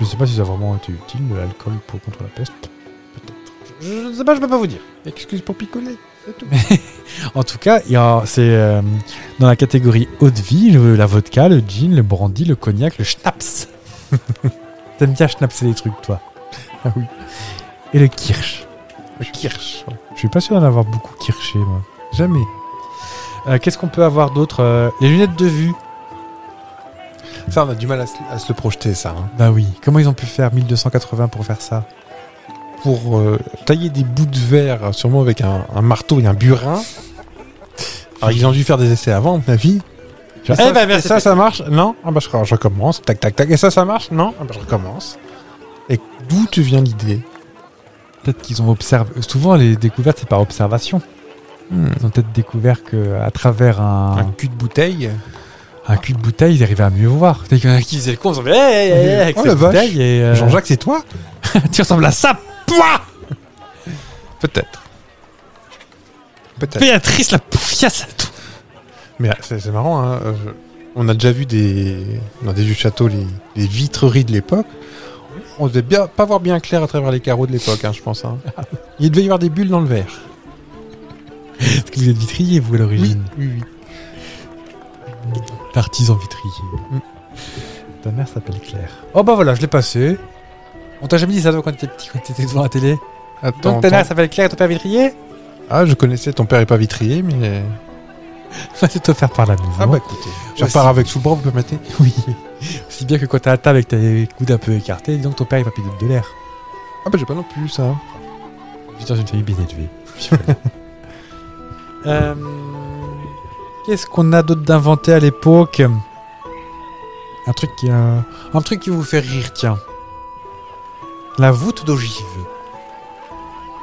Je ne sais pas si ça a vraiment été utile, de l'alcool pour contre la peste. Peut-être. Je ne sais pas, je ne peux pas vous dire.
Excuse pour picoler.
En tout cas, il y a- c'est euh, dans la catégorie eau de vie, le- la vodka, le gin, le brandy, le cognac, le schnapps. T'aimes bien schnapser les trucs, toi. Ah oui. Et le kirsch.
Le kirsch.
Je suis pas sûr d'en avoir beaucoup kirché, moi. Jamais. Euh, Qu'est-ce qu'on peut avoir d'autre Euh, Les lunettes de vue.
Ça, on a du mal à se, à se le projeter, ça. hein.
Bah oui. Comment ils ont pu faire 1280 pour faire ça
Pour euh, tailler des bouts de verre, sûrement avec un, un marteau et un burin. Alors, ils ont dû faire des essais avant, à mon avis. Et ça,
Eh ben, merci.
et ça, ça marche Non Ah bah, je, je recommence. Tac, tac, tac. Et ça, ça marche Non Ah bah, je recommence. Et d'où te vient l'idée
Peut-être qu'ils ont observé. Souvent, les découvertes, c'est par observation.
Hmm.
Ils ont peut-être découvert que à travers
Un
un,
cul de bouteille
un cul de bouteille, ils arrivaient à mieux voir. Peut-être qu'il y en a qui faisaient le con, ils ont fait hey, hey, hey, Eh, avec
Oh,
cette
la vache.
bouteille et. euh,
Jean-Jacques, c'est toi
tu ressembles à ça, pouah
Peut-être. Peut-être.
Béatrice, la poufiasse à tout
Mais c'est c'est marrant, hein, euh, on a déjà vu des, dans des vieux châteaux les, les vitreries de l'époque. On devait bien, pas voir bien clair à travers les carreaux de l'époque, hein, je pense. hein. Il devait y avoir des bulles dans le verre.
Parce que vous êtes vitrier, vous, à l'origine. L'artisan vitrier.
Hmm.
Ta mère s'appelle Claire. Oh bah voilà, je l'ai passé. On t'a jamais dit ça toi, quand t'étais petit, quand t'étais devant la télé
Attends,
Donc ta mère
attends.
s'appelle Claire et ton père vitrier
Ah, je connaissais ton père est pas vitrier, mais.
Enfin, c'est offert par la maison.
Ah bah écoutez, je
Ouais,
repars
si.
avec sous le bras, vous permettez
Oui. Si bien que quand t'es à table et que t'as les coudes un peu écartés, dis donc ton père il va péter de l'air.
Ah bah j'ai pas non plus ça.
Je suis dans une famille bien élevée. Euh, Qu'est-ce qu'on a d'autre d'inventé à l'époque Un truc qui euh, un truc qui vous fait rire, tiens. La voûte d'ogive.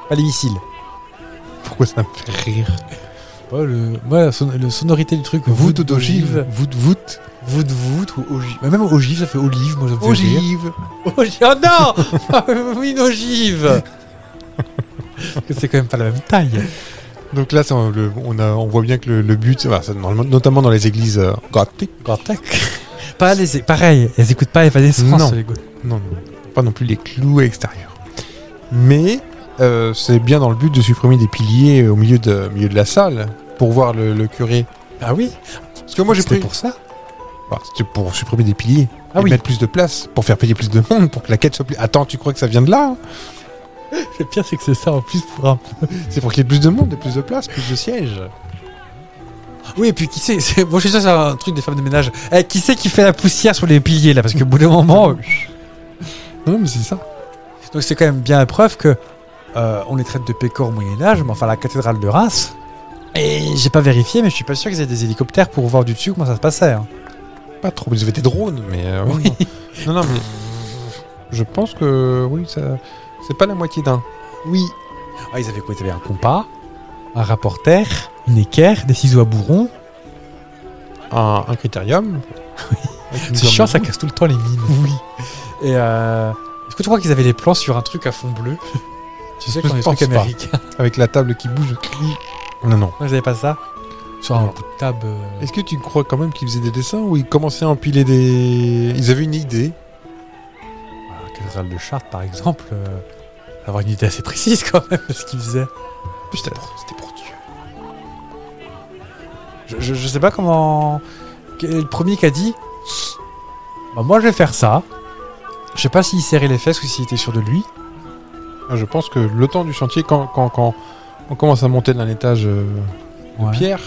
Pas les missiles.
Pourquoi ça me fait rire
Ouais, le, ouais, la, son- la sonorité du truc.
Voûte d'ogive. Voûte, voûte.
Voûte, voûte ou ogive. Bah, Même ogive, ça fait olive, moi ça me fait rire.
Ogive.
Ogive. Oh non Une ogive Parce que C'est quand même pas la même taille.
Donc là, c'est un- le- on, a, on voit bien que le, le but, c'est- voilà, c'est dans le- notamment dans les églises euh, gothiques,
Pas les, pareil, elles écoutent pas Evanescence.
Non.
les gars.
Non, non, pas non plus les clous extérieurs. Mais euh, c'est bien dans le but de supprimer des piliers euh, au milieu de, au milieu de la salle pour voir le, le curé.
Ah oui
Parce que moi j'ai
C'était
pris.
pour ça
Enfin, C'était pour supprimer des piliers.
Ah
et
oui.
Mettre plus de place pour faire payer plus de monde pour que la quête soit plus. Attends, tu crois que ça vient de là hein
Le pire, c'est que c'est ça en plus pour un.
C'est pour qu'il y ait plus de monde, et plus de place, plus de sièges.
Oui, et puis qui sait c'est- Moi, je suis sûr que c'est un truc des femmes de ménage. Eh, qui c'est qui fait la poussière sur les piliers là Parce qu'au bout d'un moment. euh,
Oh, Non, mais c'est ça.
Donc, c'est quand même bien la preuve que. euh, on les traite de pécores au Moyen-Âge, mais enfin la cathédrale de Reims. Et j'ai pas vérifié, mais je suis pas sûr qu'ils aient des hélicoptères pour voir du dessus comment ça se passait. hein.
Pas trop. Ils avaient des drones, mais. euh,
Oui.
Non, non, mais. Je pense que oui, ça, c'est pas la moitié d'un.
Oui. Ah, ils avaient quoi Ils avaient un compas, un rapporteur, une équerre, des ciseaux à bourron.
Un, un critérium. Avec une
C'est chiant,
gomme.
ça casse tout le temps les mines. Oui. Et euh, est-ce que tu crois qu'ils avaient les plans sur un truc à fond bleu Tu sais,
Je
quand les
pense
trucs
pas.
américains.
Avec la table qui bouge. Non, non.
Non, ils avaient pas ça Sur un
Non.
bout de table. euh,
Est-ce que tu crois quand même qu'ils faisaient des dessins ou ils commençaient à empiler des. Ils avaient une idée
La cathédrale de Chartres, par exemple, euh, avoir une idée assez précise quand même de ce qu'il faisait.
C'était pour, c'était pour Dieu.
Je, je, je sais pas comment. quel est le premier qui a dit bah, Moi, je vais faire ça. Je sais pas s'il serrait les fesses ou s'il était sûr de lui.
Ah, Je pense que le temps du chantier, quand, quand, quand on commence à monter d'un étage euh, de
Ouais.
pierre,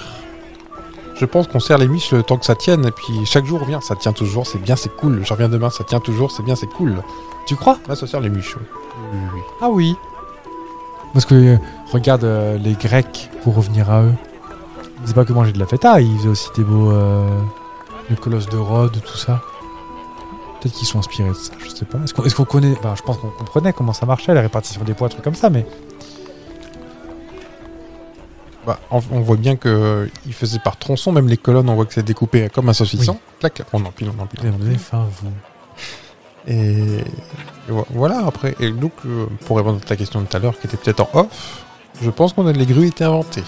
je pense qu'on serre les miches le temps que ça tienne. Et puis chaque jour, on vient, ça tient toujours, c'est bien, c'est cool. Je reviens demain, ça tient toujours, c'est bien, c'est cool.
Tu crois
Là, ça serre les miches. oui. Oui, oui, oui.
Ah oui. Parce que euh, regarde euh, les Grecs, pour revenir à eux, ils faisaient pas que manger de la feta, ils faisaient aussi des beaux. euh, le colosse de Rhodes, tout ça. Peut-être qu'ils sont inspirés de ça, je sais pas. Est-ce qu'on est-ce qu'on connaît. Enfin, je pense qu'on comprenait comment ça marchait, la répartition des poids, trucs comme ça, mais.
Bah, on, on voit bien que euh, il faisait par tronçon, même les colonnes, on voit que c'est découpé comme un saucisson. Clac, clac, on empile, on empile.
Vous avez faim, vous.
Et, et vo- voilà, après, et donc, euh, pour répondre à ta question de tout à l'heure, qui était peut-être en off, je pense qu'on a les grues étaient inventées.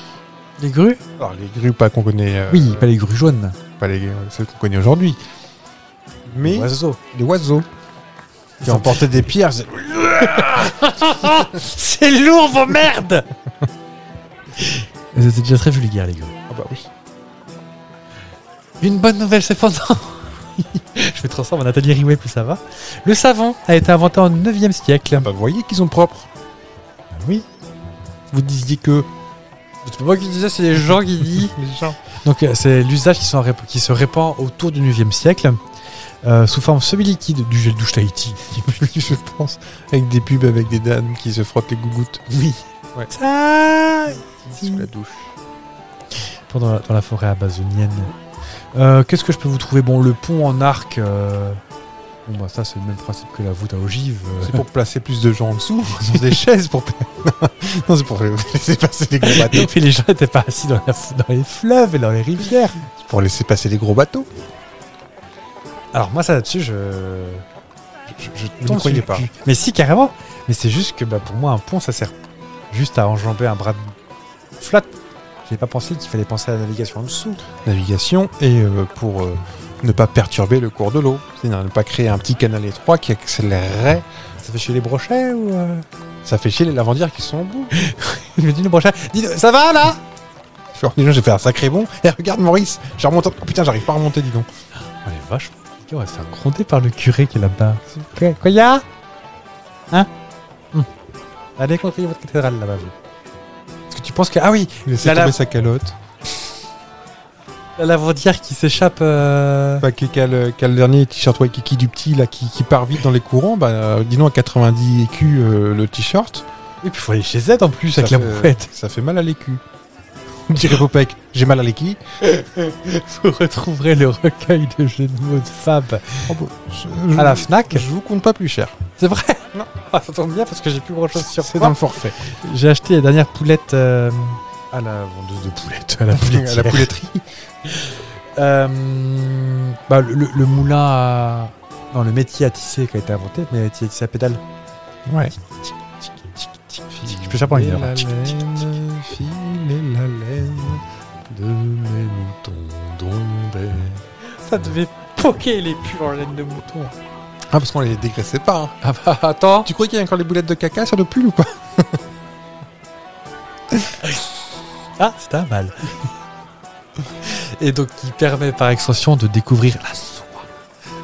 Les grues
Alors, les grues, pas qu'on connaît, euh,
Oui, pas les grues jaunes.
pas les- euh, celles qu'on connaît aujourd'hui, mais
Les oiseaux.
les oiseaux qui
Ils ont
emportaient des pierres. c'est-
C'est lourd, vos merdes Elles étaient déjà très vulgaires, les grues.
Ah bah oui.
Une bonne nouvelle cependant Je me transforme en Nathalie Riouet, plus ça va. Le savon a été inventé au 9e siècle.
Bah, vous voyez qu'ils sont propres.
oui.
Vous disiez que.
C'est pas moi qui dis ça, c'est les gens qui disent.
Les gens.
Donc euh, c'est l'usage qui, s'en rép- qui se répand autour du 9e siècle, euh, sous forme semi-liquide du gel douche Tahiti.
je pense. Avec des pubs avec des dames qui se frottent les gougouttes. Oui. Sous la douche.
Pendant la- dans la forêt amazonienne. Euh, Qu'est-ce que je peux vous trouver Bon, le pont en arc. euh, Bon, bah ça, c'est le même principe que la voûte à ogive. euh.
C'est pour placer plus de gens en dessous, sur des chaises pour. non, c'est pour laisser passer les gros bateaux.
Puis les gens n'étaient pas assis dans, la- dans les fleuves et dans les rivières.
C'est pour laisser passer les gros bateaux.
Alors moi ça là-dessus je
Je, je,
tombe sur le cul. Mais si carrément. Mais c'est juste que bah, pour moi un pont ça sert juste à enjamber un bras de flotte. J'ai pas pensé qu'il fallait penser à la navigation en dessous.
Navigation et euh, pour euh, ne pas perturber le cours de l'eau. C'est-à-dire ne pas créer un petit canal étroit qui accélérerait.
Ça fait chez les brochets ou euh
Ça fait chier les lavandières qui sont au bout.
Je me dis le brochet. Dis ça va là
Genre, Déjà, j'ai fait un sacré bond. Et regarde Maurice, j'ai remonté. Oh putain, j'arrive pas à remonter, dis donc.
Oh les vaches, on va se faire gronder par le curé qui est là-bas. Quoi, quoi y a Hein Hum. Allez construire votre cathédrale là-bas vous. Est-ce que tu penses que. Ah oui,
Il
La
essaie de tomber
lave-
sa calotte.
la lavandière qui s'échappe euh,
Bah, qui- qu'a le, qu'a le dernier t-shirt Waikiki du petit là qui, qui part vite dans les courants, bah, euh, dis donc à 90 écus euh, le t-shirt.
Et puis faut aller chez Z en plus
Ça
avec la
fait-
brouette.
Ça fait mal à l'écu. On dirait Popek, j'ai mal à l'écu.
Vous retrouverez le recueil de jeux de mots de Fab
Oh, bah, Je-
à la FNAC.
je vous compte pas plus cher.
C'est vrai
Non.
Ah, Ça tombe bien parce que j'ai plus grand chose sur
C'est
moi.
dans le forfait.
J'ai acheté la dernière poulette euh, à la vendeuse de poulettes. À la
À la
pouletière.
pouletterie.
Euh, bah, le, le- le moulin à... Non, le métier à tisser qui a été inventé, mais métier à tisser à pédale.
Ouais.
Je peux faire pour une heure.
Filez la laine, filez la laine de mes moutons d'ondée.
Ça devait poquer les pulls en laine de mouton.
Ah, parce qu'on les dégraissait pas. hein.
Ah bah attends
Tu crois qu'il y a encore les boulettes de caca sur le pull ou pas
Ah, c'est un mal. Et donc, qui permet par extension de découvrir la soie.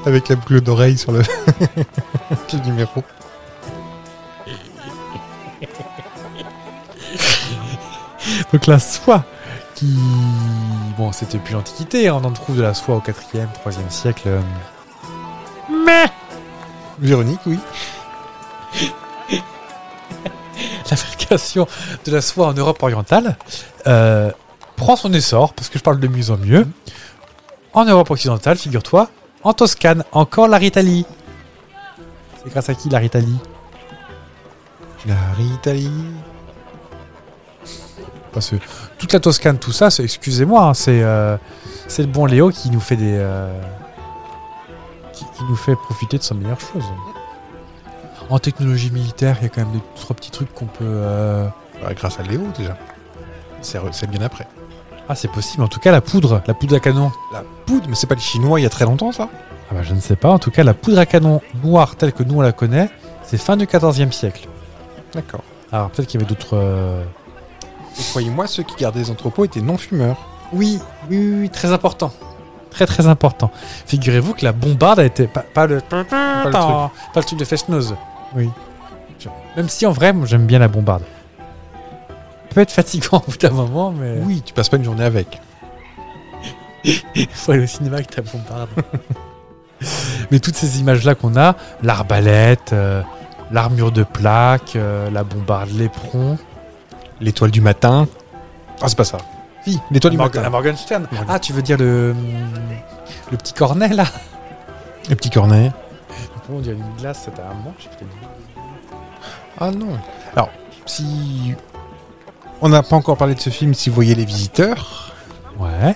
Avec la boucle d'oreille sur le... le numéro.
Donc la soie qui... Bon, c'était depuis l'Antiquité, hein, on en trouve de la soie au 4e, 3e siècle. euh. Mais
Véronique, oui.
la fabrication de la soie en Europe orientale euh, prend son essor, parce que je parle de mieux en mieux. En Europe occidentale, figure-toi, en Toscane, encore la Ritalie. Et grâce à qui la Ritali
La Ritalie.
Parce que toute la Toscane, tout ça, c'est- excusez-moi, hein, c'est euh, c'est le bon Léo qui nous fait des. euh, qui, qui nous fait profiter de sa meilleure chose. En technologie militaire, il y a quand même deux, trois petits trucs qu'on peut. euh,
Bah, grâce à Léo déjà. C'est re- c'est bien après.
Ah, c'est possible. En tout cas, la poudre, la poudre à canon.
La poudre, mais c'est pas les Chinois il y a très longtemps ça
Ah bah, je ne sais pas. En tout cas, la poudre à canon noire telle que nous on la connaît, c'est fin du XIVe siècle.
D'accord.
Alors peut-être qu'il y avait d'autres. euh,
Et croyez-moi, ceux qui gardaient les entrepôts étaient non-fumeurs.
Oui, oui, oui, oui, très important. Très très important. Figurez-vous que la bombarde a été. Pas, pas le, pas, le,
truc.
truc. pas le truc de Festnose. Oui. Je- Même si en vrai, moi, j'aime bien la bombarde. Peut être fatigant au bout d'un moment, mais.
Oui, tu passes pas une journée avec.
faut aller au cinéma avec ta bombarde. Mais toutes ces images-là qu'on a, l'arbalète, euh, l'armure de plaque, euh, la bombarde l'éperon.
L'étoile du matin. Ah, c'est pas ça. Si, l'étoile du
Morgan-
matin.
Morgenstern. Ah, tu veux dire le, hmm, le petit cornet là
Les petits cornets.
On dirait une glace, c'était un manche. peut-être.
Ah non. Alors, si. On n'a pas encore parlé de ce film, si vous voyez Les Visiteurs,
Ouais.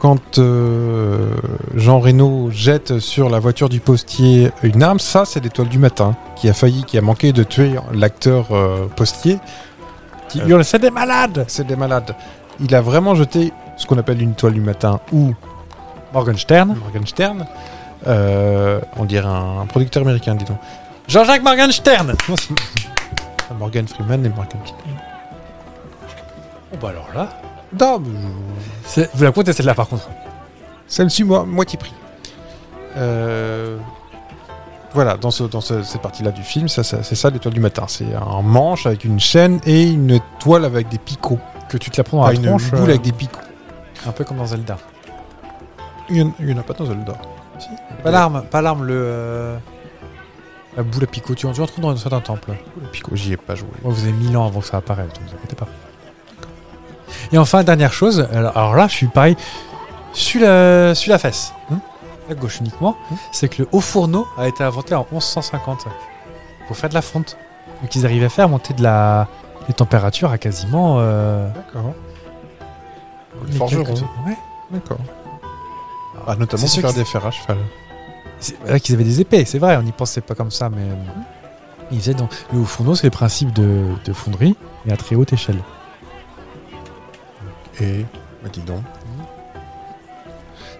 quand euh, Jean Reno jette sur la voiture du postier une arme, ça c'est l'étoile du matin, qui a failli, qui a manqué de tuer l'acteur euh, postier.
Qui
Euh.
hurle, c'est des malades
C'est des malades. Il a vraiment jeté ce qu'on appelle une toile du matin ou
Morgenstern.
Morgenstern. Euh, on dirait un producteur américain, dis donc.
Jean-Jacques Morgenstern
Non, c'est- Ah, Morgan Freeman et Morgan Freeman.
Bon, bah alors là.
Non, mais je-
c'est- Vous la comptez celle-là par contre
Celle-ci, moi, moitié prix. Euh, Voilà, dans, ce, dans ce- cette partie-là du film, ça, ça- c'est ça l'étoile du matin. C'est un manche avec une chaîne et une toile avec des picots.
Que tu te la prends
Pas
à la
une
tronche,
boule
euh,
avec des picots.
un peu comme dans Zelda.
Il y en- il y en a pas dans Zelda. Si.
Pas l'arme, pas l'arme, le. euh, La boule à picot, tu en tu en trouves dans un certain temple.
Les picots, j'y ai pas joué.
Moi, vous avez mille ans avant que ça apparaisse, donc ne vous inquiétez pas. Et enfin, dernière chose, alors, alors là, je suis pareil, sur la, sur la fesse, hein, la gauche uniquement,
Hmm.
c'est que le haut fourneau a été inventé en 1150 pour faire de la fonte. Donc ils arrivaient à faire monter de la, les températures à quasiment. euh,
D'accord. Les
les
forgerons.
quelques- Ouais.
D'accord. Ah, notamment
C'est
pour
ceux
faire
qui-
des fers à cheval.
C'est vrai qu'ils avaient des épées, c'est vrai, on n'y pensait pas comme ça, mais euh, ils faisaient dans le haut fourneau, c'est les principes de, de fonderie, mais à très haute échelle.
Et bah dis donc.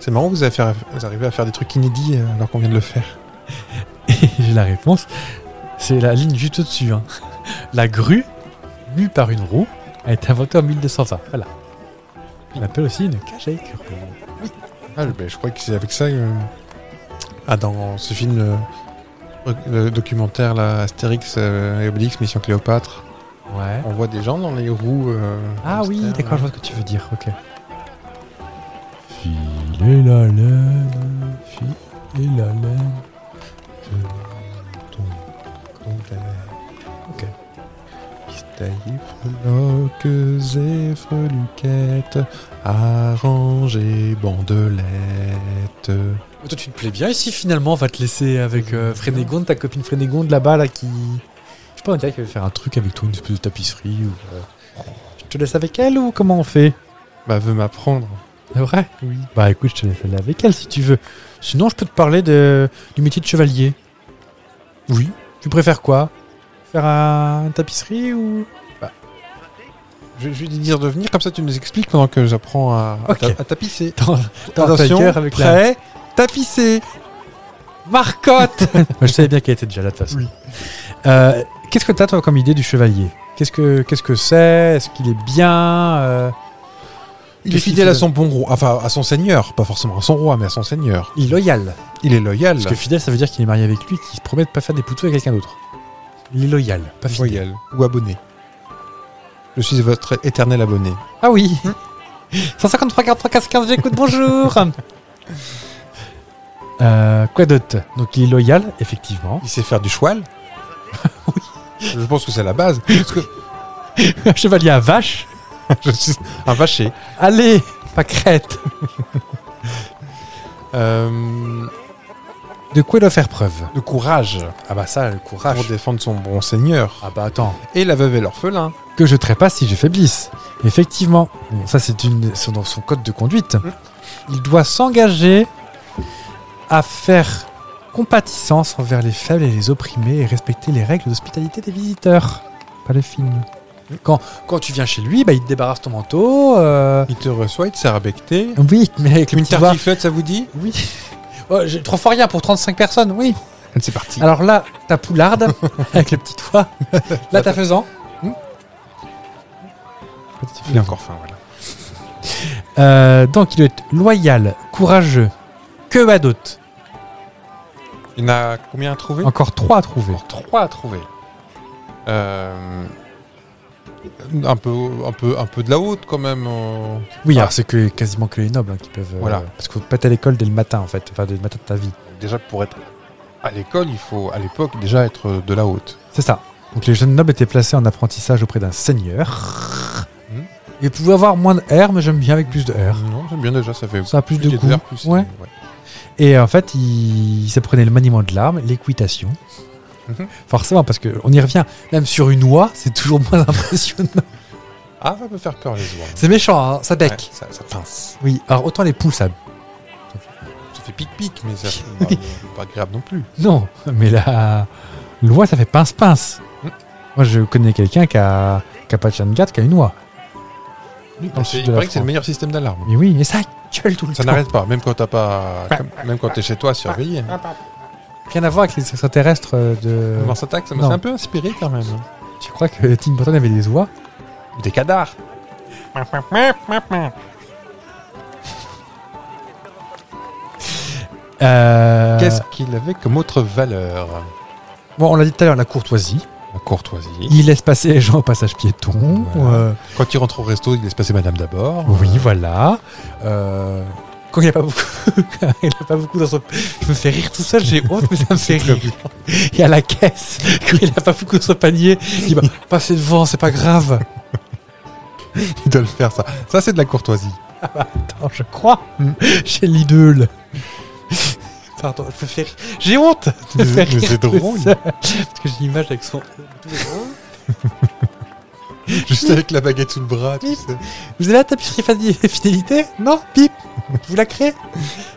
C'est marrant, vous, avez fait- vous arrivez à faire des trucs inédits euh, alors qu'on vient de le faire.
Et j'ai la réponse, c'est la ligne juste au-dessus. hein. La grue, mue par une roue, a été inventée en 1220. Voilà. On appelle aussi une cage à écureuils.
Ah, ben, je crois que c'est avec ça. euh, Ah, dans ce film, euh, le documentaire là, Astérix euh, et Obélix, Mission Cléopâtre,
Ouais.
on voit des gens dans les roues. euh,
Ah oui,
hamsters,
d'accord, je
là.
vois ce que tu veux dire. Ok. Filer la laine, filer la laine.
Ok. Pistaille, breloques et freluquettes, arrangées, bandelettes.
Toi, tu te plais bien ici finalement. On va te laisser avec euh, Frénégonde, ta copine Frénégonde là-bas, là qui. Je sais pas, on dirait qu'elle veut faire un truc avec toi, une espèce de tapisserie. Ou, euh, Je te laisse avec elle ou comment on fait
Bah, veut m'apprendre.
C'est vrai Oui. Bah écoute, je te laisse aller avec elle si tu veux. Sinon, je peux te parler de, du métier de chevalier. Oui. Tu préfères quoi Faire un, une tapisserie ou.
Je, je vais lui dire de venir, comme ça tu nous expliques pendant que j'apprends à, à
Ok.
ta- à tapisser.
Dans, dans ta
Attention,
gueule avec la.
prêt, tapisser
Marcotte Je savais bien qu'elle était déjà là de toute façon. Euh, Qu'est-ce que t'as toi comme idée du chevalier Qu'est-ce que qu'est-ce que c'est Est-ce qu'il est bien
Il
Euh,
est
Qu'est-ce qu'il
fidèle
fait
à son bon roi, enfin à son seigneur, pas forcément à son roi, mais à son seigneur.
Il est loyal.
Il est loyal.
Parce que fidèle, ça veut dire qu'il est marié avec lui, qu'il se promet de pas faire des poutous avec quelqu'un d'autre. Il est loyal, pas fidèle.
Loyal ou abonné. Je suis votre éternel abonné.
Ah oui
Hum.
153 43 15 15, j'écoute, bonjour Euh, Quoi d'autre Donc il est loyal, effectivement.
Il sait faire du choual. Je pense que c'est la base. Parce que
Chevalier à vache
je suis un vacher.
Allez Pas crête
Euh,
De quoi doit faire preuve
Le courage
Ah bah ça, le
pour
courage.
défendre son bon seigneur.
Ah bah attends,
Et la veuve et l'orphelin.
que je trépasse si je faiblisse. Effectivement, Bon, ça c'est une, c'est dans son code de conduite. Il doit s'engager à faire compatissance envers les faibles et les opprimés et respecter les règles d'hospitalité des visiteurs. Pas le film. Quand, quand tu viens chez lui, bah, il te débarrasse ton manteau. euh,
Il te reçoit, il te sert à becter.
Oui, mais avec le
Une
petit doigt.
tartiflette, ça vous dit
Oui. Oh, j'ai trop fort rien pour 35 personnes, oui.
C'est parti.
Alors là, t'as poularde avec le petit doigt. Là, t'as faisant. Hmm
Il a encore faim, voilà.
Euh, donc, il doit être loyal, courageux. Que va d'autre
Il y en a combien à trouver
Encore trois à trouver.
Trois à trouver. Euh, un, peu, un, peu, un peu de la haute, quand même. euh.
Oui,
Ah.
hein. alors c'est que quasiment que les nobles hein, qui peuvent. euh,
Voilà.
Parce qu'il faut pas être à l'école dès le matin, en fait. Enfin, dès le matin de ta vie.
Déjà, pour être à l'école, il faut, à l'époque, déjà être de la haute.
C'est ça. Donc, les jeunes nobles étaient placés en apprentissage auprès d'un seigneur.
Mhm.
Ils pouvaient avoir moins de R, mais j'aime bien avec plus de R.
Non, j'aime bien déjà, ça fait
Ça a plus de
des
coups.
heures, plus c'est-
Ouais.
ouais.
Et en fait, ils ils s'apprenaient le maniement de l'arme, l'équitation.
Mhm.
Forcément, parce qu'on y revient. Même sur une oie, c'est toujours moins impressionnant.
Ah, ça peut faire peur, les oies.
C'est méchant, hein, ça bec.
Ouais, ça, ça pince.
Oui, alors autant les poules, ça.
Ça fait pic-pic, mais ça c'est pas, pas agréable non plus.
Non, mais la l'oie, ça fait pince-pince.
Mhm.
Moi, je connais quelqu'un qui a, qui a pas de chien de garde, qui a une oie. Dans
C'est-
le sud
il
de la
paraît que c'est
France.
le meilleur système d'alarme.
Mais oui, mais ça gueule tout le
Ça
temps.
n'arrête pas, même quand t'as pas, même quand t'es chez toi surveillé.
Rien à voir avec les extraterrestres euh, de.
Dans sa taxe, ça m'a
Non.
c'est un peu inspiré quand même.
Tu crois que Tim Burton avait des oies
Des cadars.
Euh,
Qu'est-ce qu'il avait comme autre valeur
Bon, on l'a dit tout à l'heure, la courtoisie.
La courtoisie.
Il laisse passer les gens au passage piéton.
Voilà.
euh,
Quand il rentre au resto, il laisse passer madame d'abord.
oui, voilà. Euh, Quand il n'y a pas beaucoup, quand il y a pas beaucoup dans son, je me fais rire tout seul, j'ai honte, mais ça me fait rire. Et à la caisse, quand il n'a pas beaucoup dans son panier, il dit bah, passez devant, c'est pas grave.
Il doit le faire, ça. Ça, c'est de la courtoisie.
Attends, je crois, Mm. chez l'idole. Pardon, je me fais rire. J'ai honte de
Mais-
me faire
mais
rire.
c'est
tout
drôle.
seul, Parce que j'ai l'image avec son.
Juste avec la baguette sous le bras, tu sais.
Vous avez la tapisserie fadi- fidélité Non Pip Je vous la crée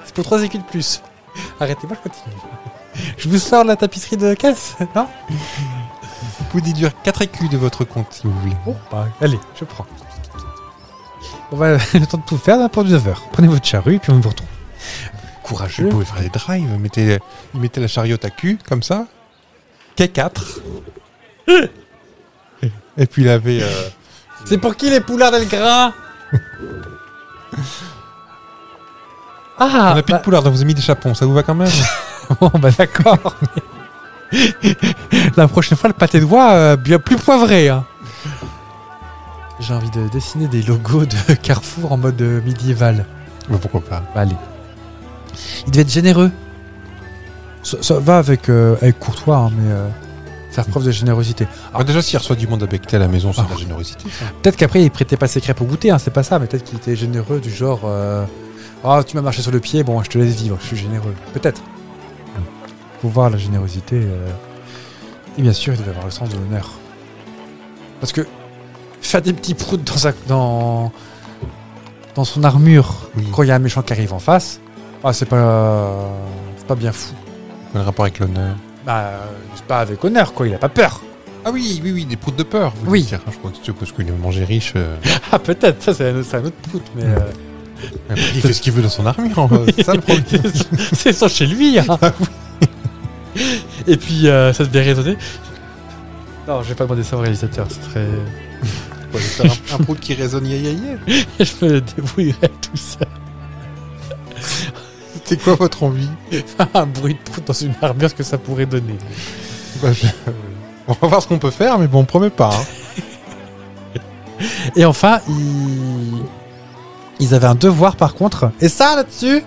C'est pour 3 écus de plus. Arrêtez-moi, je continue. Je vous sors la tapisserie de caisse Non
Vous pouvez déduire 4 écus de votre compte, si vous voulez.
Bon, bah, allez, je prends. On va le temps de tout faire là, pour 9 heures. Prenez votre charrue, puis on vous retrouve.
Vous
Courageux.
pouvez faire des drives. Mettez, il mettait la chariote à cul, comme ça. K4. Et puis il avait... euh,
C'est pour qui les poulards et le grain Ah
on a plus de poulards, donc vous avez mis des chapons. Ça vous va quand même
Bon, bah d'accord. mais- La prochaine fois, le pâté de bois, euh, bien plus poivré. hein. J'ai envie de dessiner des logos de Carrefour en mode euh, médiéval.
Mais Pourquoi pas
Bah, allez. Il devait être généreux. Ça, ça va avec, euh, avec courtois, hein, mais euh, faire preuve de générosité.
Ah, déjà, s'il reçoit du monde à becquer à la maison, c'est de la générosité. ça.
Peut-être qu'après, il prêtait pas ses crêpes au goûter, hein, c'est pas ça, mais peut-être qu'il était généreux du genre euh, Ah, tu m'as marché sur le pied, bon, je te laisse vivre, je suis généreux. Peut-être. Faut voir la générosité. euh, Et bien sûr, il devait avoir le sens de l'honneur. Parce que faire des petits proutes dans, sa- dans, dans son armure
Oui.
quand il y a un méchant qui arrive en face, ah, c'est pas, c'est pas bien fou.
Le rapport avec l'honneur.
Bah, euh, c'est pas avec honneur, quoi, il a pas peur.
Ah oui, oui, oui, des proutes de peur. Vous
Oui.
dites. Ah, je crois que c'est parce qu'il est mangé riche. euh,
Ah, peut-être, ça c'est un, c'est un autre prout, mais. euh,
il fait ce qu'il veut dans son armure. en fait. C'est ça le problème.
C'est ça chez lui. hein. Et puis euh, ça devait résonner. Non, je vais pas demander ça au réalisateur, ce serait.
Quoi, je vais faire un, un prout qui résonne yé, yé, yé.
je me débrouillerais tout seul.
C'est quoi votre envie
Un bruit de prout dans une armure que ça pourrait donner.
Bah, je- On va voir ce qu'on peut faire, mais bon, on promet pas. hein.
Et enfin, ils... ils avaient un devoir par contre. Et ça là-dessus,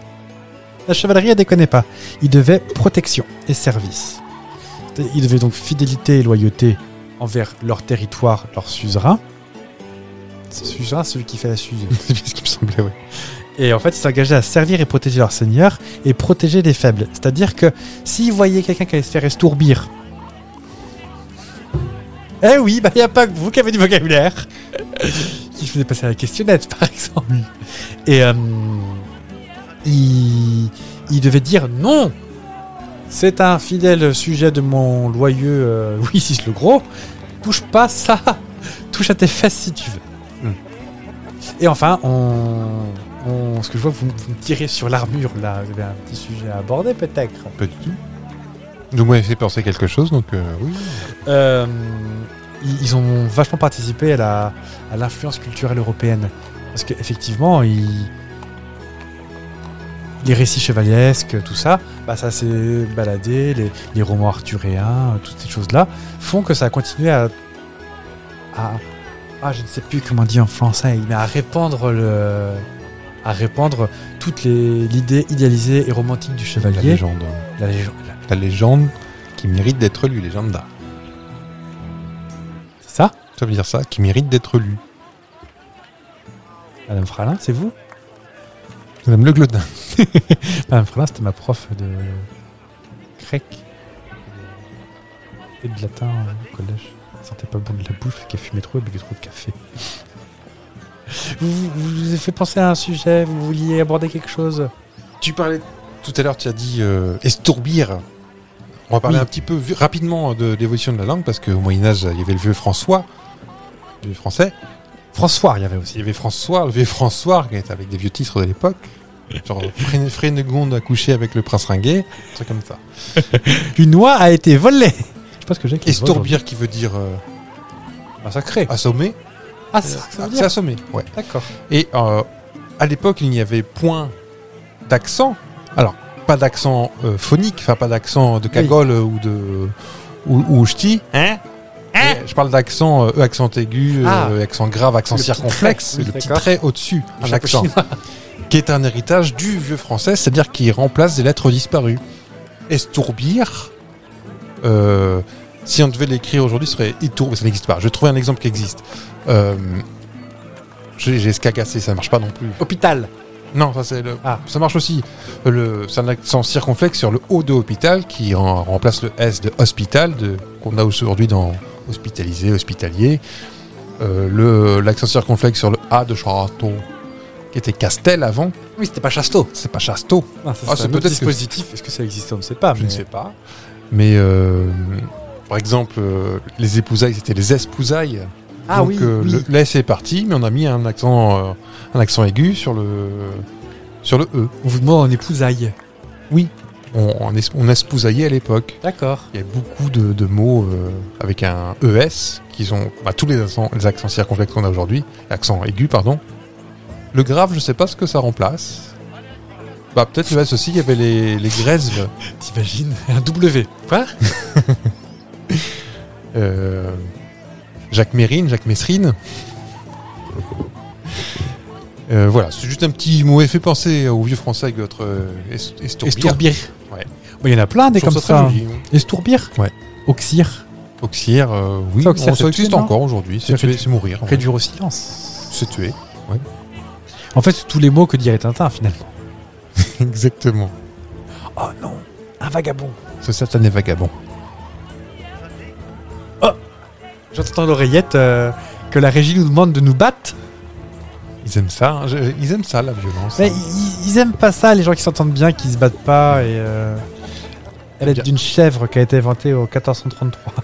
la chevalerie ne déconnait pas. Ils devaient protection et service. Ils devaient donc fidélité et loyauté envers leur territoire, leur suzerain. C'est suzerain, celui qui fait la suze.
C'est bien ce qui me semblait, ouais.
Et en fait, ils s'engageaient à servir et protéger leur seigneur et protéger les faibles. C'est-à-dire que s'ils voyaient quelqu'un qui allait se faire estourbir. Eh oui, bah il n'y a pas que vous qui avez du vocabulaire. qui faisait passer à la questionnette, par exemple. Et euh, ils, ils devaient dire non C'est un fidèle sujet de mon loyeux euh, Louis VI le Gros. Touche pas ça Touche à tes fesses si tu veux. Et enfin, on... on- ce que je vois, vous, vous me tirez sur l'armure là. Vous avez un petit sujet à aborder peut-être.
Pas du tout. Vous m'avez fait penser quelque chose, donc euh, oui.
Euh, ils ils ont vachement participé à la- à l'influence culturelle européenne. Parce qu'effectivement, ils... les récits chevaleresques, tout ça, bah, ça s'est baladé, les, les romans arthuriens, toutes ces choses-là, font que ça a continué à. à ah, je ne sais plus comment on dit en français, mais à répandre le. à répandre toute les- l'idée idéalisée et romantique du
La
chevalier.
légende.
La légende. la-
La légende qui mérite d'être lue, légenda.
C'est ça
Ça veut dire ça, qui mérite d'être lue.
Madame Fralin, c'est vous
Madame Le Glodin.
Madame Frelin, Ah, c'était ma prof de grec et de latin euh, au collège. Elle sentait pas bon de la bouffe, qu'elle fumait trop et buvait trop de café. Vous, vous, vous avez fait penser à un sujet, vous vouliez aborder quelque chose
Tu parlais tout à l'heure, tu as dit euh, estourbir. On va parler
Oui.
un petit peu vu- rapidement euh, de l'évolution de la langue parce qu'au Moyen-Âge, il y avait le vieux François, le vieux français.
François, il y avait
Il
aussi.
y avait François, le vieux François qui était avec des vieux titres de l'époque. Genre Fré- Frénégonde a couché avec le prince Ringuet, un truc comme ça.
Une noix a été volée Je pense que j'ai
Estourbir qui veut dire euh,
Massacré.
assommer.
Ah, c'est ça que Ah, ça veut
Ah,
dire.
C'est assommer, ouais.
D'accord.
Et euh, à l'époque, il n'y avait point d'accent. Alors, pas d'accent euh, phonique, enfin pas d'accent de cagole euh, ou de ou, ou ch'ti. hein? Mais Je parle d'accent, euh, E accent aigu, euh,
Hein? Ah.
accent grave, accent
Le petit
circonflexe,
trait, oui,
le petit
d'accord. Ah,
trait au-dessus, un
Chapeau
accent,
chinois.
qui est un héritage du vieux français, c'est-à-dire qui remplace des lettres disparues. Estourbir, euh, si on devait l'écrire aujourd'hui, ce serait Itour, ça n'existe pas. Je vais trouver un exemple qui existe. Euh, j'ai j'ai escagassé, ça marche pas non plus.
Hôpital.
Non, ça c'est le.
Ah.
Ça marche aussi. Le, c'est un accent circonflexe sur le O de hôpital qui en remplace le S de hospital de, qu'on a aujourd'hui dans hospitalisé, hospitalier. Euh, le, l'accent circonflexe sur le A de château qui était Castel avant.
Oui, c'était pas Chasteau.
C'est pas Chasteau,
Ah, ça,
Ah, c'est
c'est un autre
peut-être que-
dispositif. Est-ce que ça existe On ne sait pas.
je ne sais pas. Mais euh, par exemple, euh, les épousailles c'était les espousailles.
Ah
Donc
oui,
euh,
oui.
le S est parti, mais on a mis un accent, euh, un accent aigu sur le, sur le E.
On vous demande en épousaille.
On, on, es- on espousaillait à l'époque.
D'accord.
Il y a beaucoup de, de mots euh, avec un ES qui ont bah, tous les accents, les accents circonflexes qu'on a aujourd'hui, accent aigu, pardon. Le grave, je sais pas ce que ça remplace. Bah peut-être le S aussi, il y avait les, les grèzes.
T'imagines Un W. Quoi
euh, Jacques Mérine, Jacques Messrine. Euh, voilà, c'est juste un petit mot fait penser aux vieux français avec votre euh, est- estourbir.
Estourbir.
Ouais.
Bah, Il y en a plein des
Je trouve
comme
ça très
ça.
joli.
Estourbir
Ouais.
Auxir.
Auxir, euh, oui,
Ça, Auxerre,
on-
c'est
ça existe
tuer, non
encore aujourd'hui. C'est
C'est
tuer,
réduire.
c'est mourir. en fait.
Réduire au silence.
C'est tuer.
En fait, tous les mots que dirait Tintin finalement.
Exactement.
Oh non, un vagabond.
Ce satané vagabond.
J'entends dans l'oreillette euh, que la régie nous demande de nous battre.
Ils aiment ça, hein. Je- ils aiment ça, la violence.
Mais
hein.
ils, ils aiment pas ça, les gens qui s'entendent bien, qui se battent pas et. Euh...
Eh
l'aide
bien.
d'une chèvre qui a été inventée au 1433.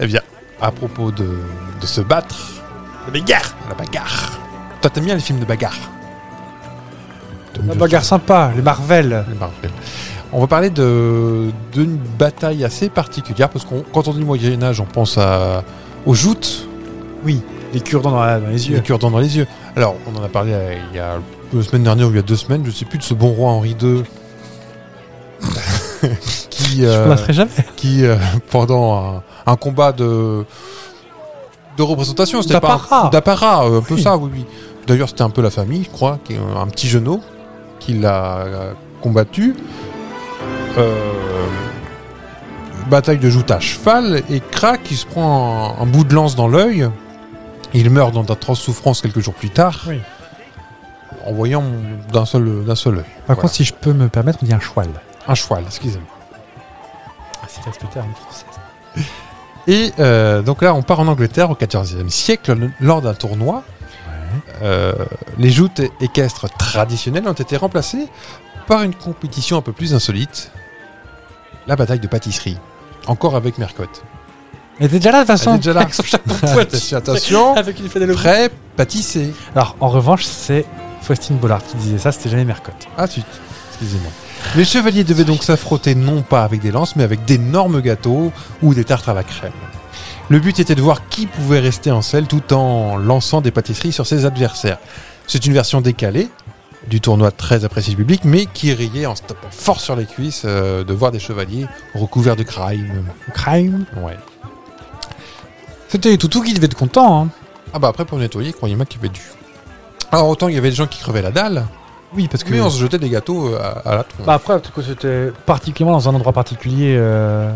Eh bien, à propos de, de se battre, la bagarre, la bagarre. Toi, t'aimes bien les films de bagarre T'aimes
Un
bien
bagarre sympa, les Marvel.
les Marvel. On va parler de- d'une bataille assez particulière, parce que quand on dit Moyen-Âge, on pense à, aux joutes,
Oui, les cure-dents dans, la- dans les
les
yeux.
cure-dents dans les yeux. Alors, on en a parlé euh, il y a deux semaines dernière ou il y a deux semaines, je sais plus, de ce bon roi Henri II. qui,
Je
euh,
ne passerai jamais.
qui euh, pendant un, un combat de de représentation, c'était pas un-
D'apparat.
d'apparat, euh, un peu
Oui.
ça, oui, oui. D'ailleurs, c'était un peu la famille, je crois, qui est un petit genou qui l'a euh, combattu. Euh, bataille de joute à cheval et crac, il se prend un, un bout de lance dans l'œil. Il meurt dans d'atroces souffrances quelques jours plus tard.
Oui.
en voyant mon- d'un seul, d'un seul œil.
Par
Voilà.
contre, si je peux me permettre, on dit un choual.
un cheval, excusez-moi.
Ah, c'est respecté
hein,
en français.
Et euh, donc là, on part en Angleterre au XIVe siècle le- lors d'un tournoi. Euh, les joutes équestres traditionnelles ont été remplacées par une compétition un peu plus insolite, la bataille de pâtisserie. Encore avec Mercotte.
Elle était déjà là de toute
Elle est
façon.
déjà là.
Avec son chapeau de pointe.
attention, attention.
Avec une pédale
Prêt, pâtissé.
Alors, en revanche, c'est Faustine Bollard qui disait ça, c'était jamais Mercotte.
Ah, zut. Excusez-moi. Les chevaliers devaient donc s'affronter non pas avec des lances, mais avec d'énormes gâteaux ou des tartes à la crème. Le but était de voir qui pouvait rester en selle tout en lançant des pâtisseries sur ses adversaires. C'est une version décalée du tournoi très apprécié du public, mais qui riait en se tapant fort sur les cuisses euh, de voir des chevaliers recouverts de crime.
Crime.
Ouais.
C'était les toutous qui devaient être contents. Hein.
Ah bah après pour nettoyer, croyez-moi qu'il y avait du. Alors autant il y avait des gens qui crevaient la dalle,
Oui, parce que.
mais on se jetait des gâteaux euh, à, à la tronche.
Bah après, parce que c'était particulièrement dans un endroit particulier euh,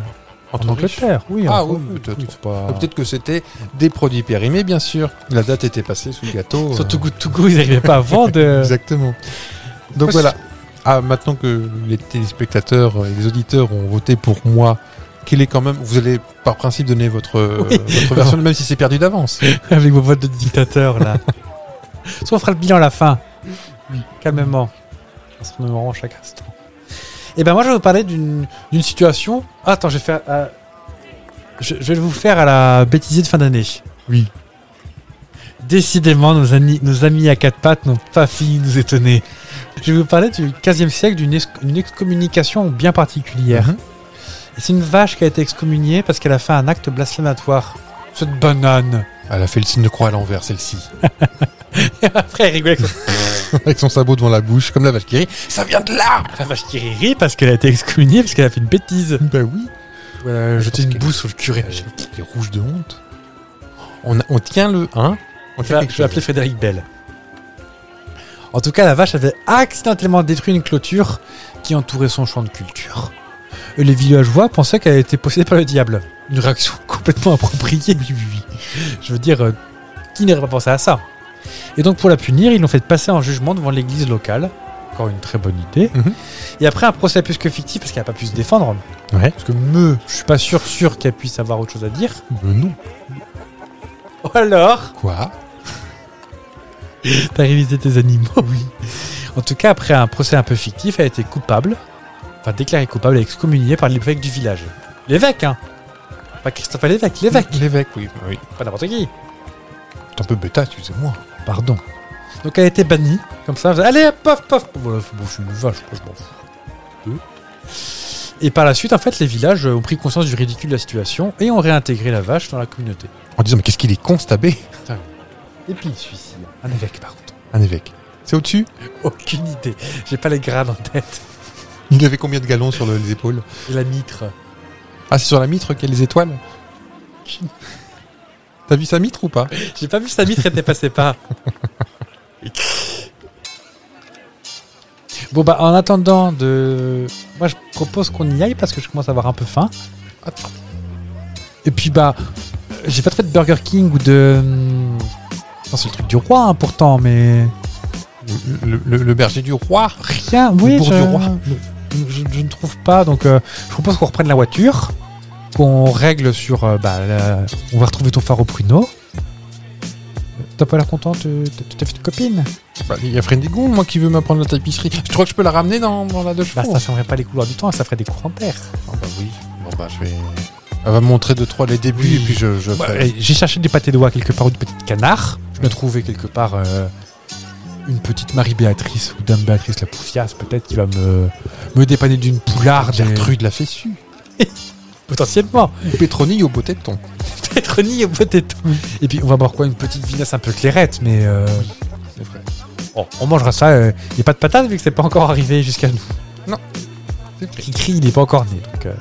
en,
Entre riches.
Angleterre. Oui,
Ah
en-
oui, peut-être.
c'est pas-
Ah, Peut-être que c'était des produits périmés, bien sûr. La date était passée sous le gâteau.
Surtout
Euh,
Good To Go, ils n'arrivaient pas à vendre. euh,
Exactement. Donc voilà. Ah, maintenant que les téléspectateurs et les auditeurs ont voté pour moi, qu'il est quand même. Vous allez par principe donner votre, euh,
Oui.
votre version, même si c'est perdu d'avance.
Avec vos votes de dictateur, là. Soit on fera le bilan à la fin. Calmement. En se remémorant chaque instant. Et ben moi, je vais vous parler d'une d'une situation. Ah, attends, je vais faire. euh, je, je vais vous faire à la bêtisée de fin d'année. Oui. Décidément, nos, ani- nos amis à quatre pattes n'ont pas fini de nous étonner. Je vais vous parler du 15e siècle d'une ex- une excommunication bien particulière.
Mhm.
Et C'est une vache qui a été excommuniée parce qu'elle a fait un acte blasphématoire. Cette banane.
Elle a fait le signe de croix à l'envers, celle-ci.
Après, elle rigolait avec
Avec son sabot devant la bouche, comme la Valkyrie. Ça vient de là
la vache qui rit, rit parce qu'elle a été excommuniée, parce qu'elle a fait une bêtise.
Bah oui.
Voilà, jeter Euh, une
que-
bouse sur le curé.
Elle
Je
est rouge de honte. On, a- on tient le 1. on
je
tient
vais,
quelque
je vais appeler
chose.
Frédéric Bell. En tout cas, la vache avait accidentellement détruit une clôture qui entourait son champ de culture. Et les villageois pensaient qu'elle avait été possédée par le diable. Une réaction complètement appropriée, oui, oui, oui. Je veux dire, euh, qui n'aurait pas pensé à ça Et donc, pour la punir, ils l'ont fait passer en jugement devant l'église locale. Encore une très bonne idée.
Mhm.
Et après, un procès plus que fictif, parce qu'elle n'a pas pu se défendre.
Ouais.
Parce que me, je suis pas sûr, sûr qu'elle puisse avoir autre chose à dire.
Mais non.
Ou alors
Quoi
T'as révisé tes animaux Oui. En tout cas, après un procès un peu fictif, elle a été coupable, enfin déclarée coupable et excommuniée par l'évêque du village. L'évêque, hein Pas Christophe à l'évêque, l'évêque,
L'évêque, oui. oui.
pas n'importe qui.
C'est un peu bêta, excusez-moi.
Pardon. Donc elle a été bannie, comme ça, elle faisait, allez, pof, pof Voilà, c'est bon, je suis une vache, quoi, je m'en fous. Et par la suite, en fait, les villages ont pris conscience du ridicule de la situation et ont réintégré la vache dans la communauté.
En disant, mais qu'est-ce qu'il est con, ce tabé
Et puis il se suicide. Un évêque, par contre.
Un évêque. C'est au-dessus
Aucune idée. J'ai pas les grades en tête.
Il avait combien de galons sur le- les épaules
Et la mitre.
Ah, c'est sur la mitre qu'il y a les étoiles T'as vu sa mitre ou pas
J'ai pas vu sa mitre était passée par. Bon bah en attendant de, moi je propose qu'on y aille parce que je commence à avoir un peu faim.
Attends.
Et puis bah euh, j'ai pas fait de Burger King ou de. hum, Non, c'est le truc du roi hein, pourtant mais
Le, le- le berger du roi
rien.
Le
Oui.
bourg
je...
du roi
Je, je ne trouve pas donc euh, je propose qu'on reprenne la voiture, qu'on règle sur euh, bah la- on va retrouver ton phare au pruneau. T'as pas l'air contente de de ta petite copine
Bah, Il y a Frendigon, moi, qui veut m'apprendre la tapisserie. Je crois que je peux la ramener dans, dans la de chevaux.
Bah, ça changerait pas les couloirs du temps, ça ferait des courants d'air.
Ah bah oui. Bon, bah, je vais... Elle va me montrer deux, trois les débuts,
Oui.
et puis je... je ferai-
Bah, euh, J'ai cherché des pâtés de doigts quelque part ou du petit canard. Je n'ai trouvé quelque part euh, une petite Marie-Béatrice ou Dame Béatrice la Poufiasse, peut-être, qui va me, me dépanner d'une poularde.
Gertrude la fessue.
Potentiellement.
Ou Pétronille au beau téton.
Peut-être ni au peut-être. Et puis, on va boire quoi Une petite vinasse un peu clairette, mais euh,
C'est vrai.
on- on mangera ça. euh, Il n'y a pas de patate vu que c'est pas encore arrivé jusqu'à nous.
C'est vrai.
Qui crie, il n'est pas encore né. Donc, euh,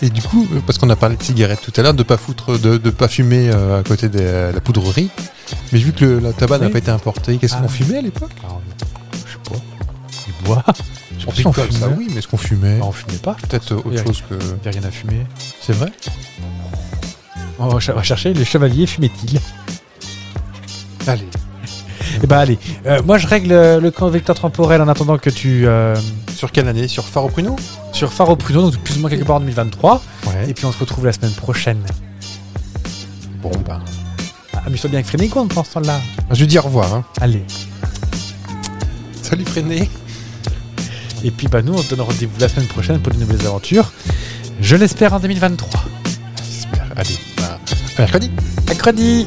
Et du coup, euh, parce qu'on a parlé de cigarettes tout à l'heure, de pas foutre, de, de pas fumer euh, à côté de euh, la poudrerie. Mais vu que le, la tabac n'a
Oui.
pas été importé, qu'est-ce
Ah.
qu'on fumait à l'époque
je sais pas. Il boit. Je
On
sais pas si on
picole, ça,
fumait.
oui, mais est-ce qu'on fumait
Non, on fumait pas.
Peut-être euh,
Oui,
autre chose que.
Il n'y a rien à fumer.
C'est vrai
On va cher- on va chercher les chevaliers fumaient-ils
Allez.
Et bah allez, Euh, moi je règle euh, le camp vecteur temporel en attendant que tu euh,
Sur quelle année Sur Phare au Pruneau
sur Phare au Pruneau, donc plus ou moins quelque part en 2023.
Ouais.
Et puis on se retrouve la semaine prochaine.
Bon, ben.
Ah, Amuse-toi bien avec Frénégon pendant ce temps-là.
Je lui dis au revoir. Hein.
Allez.
Salut Freinet.
Et puis bah nous on se donne rendez-vous la semaine prochaine pour de nouvelles aventures. Je l'espère en 2023.
J'espère. Allez, ben, à mercredi.
Mercredi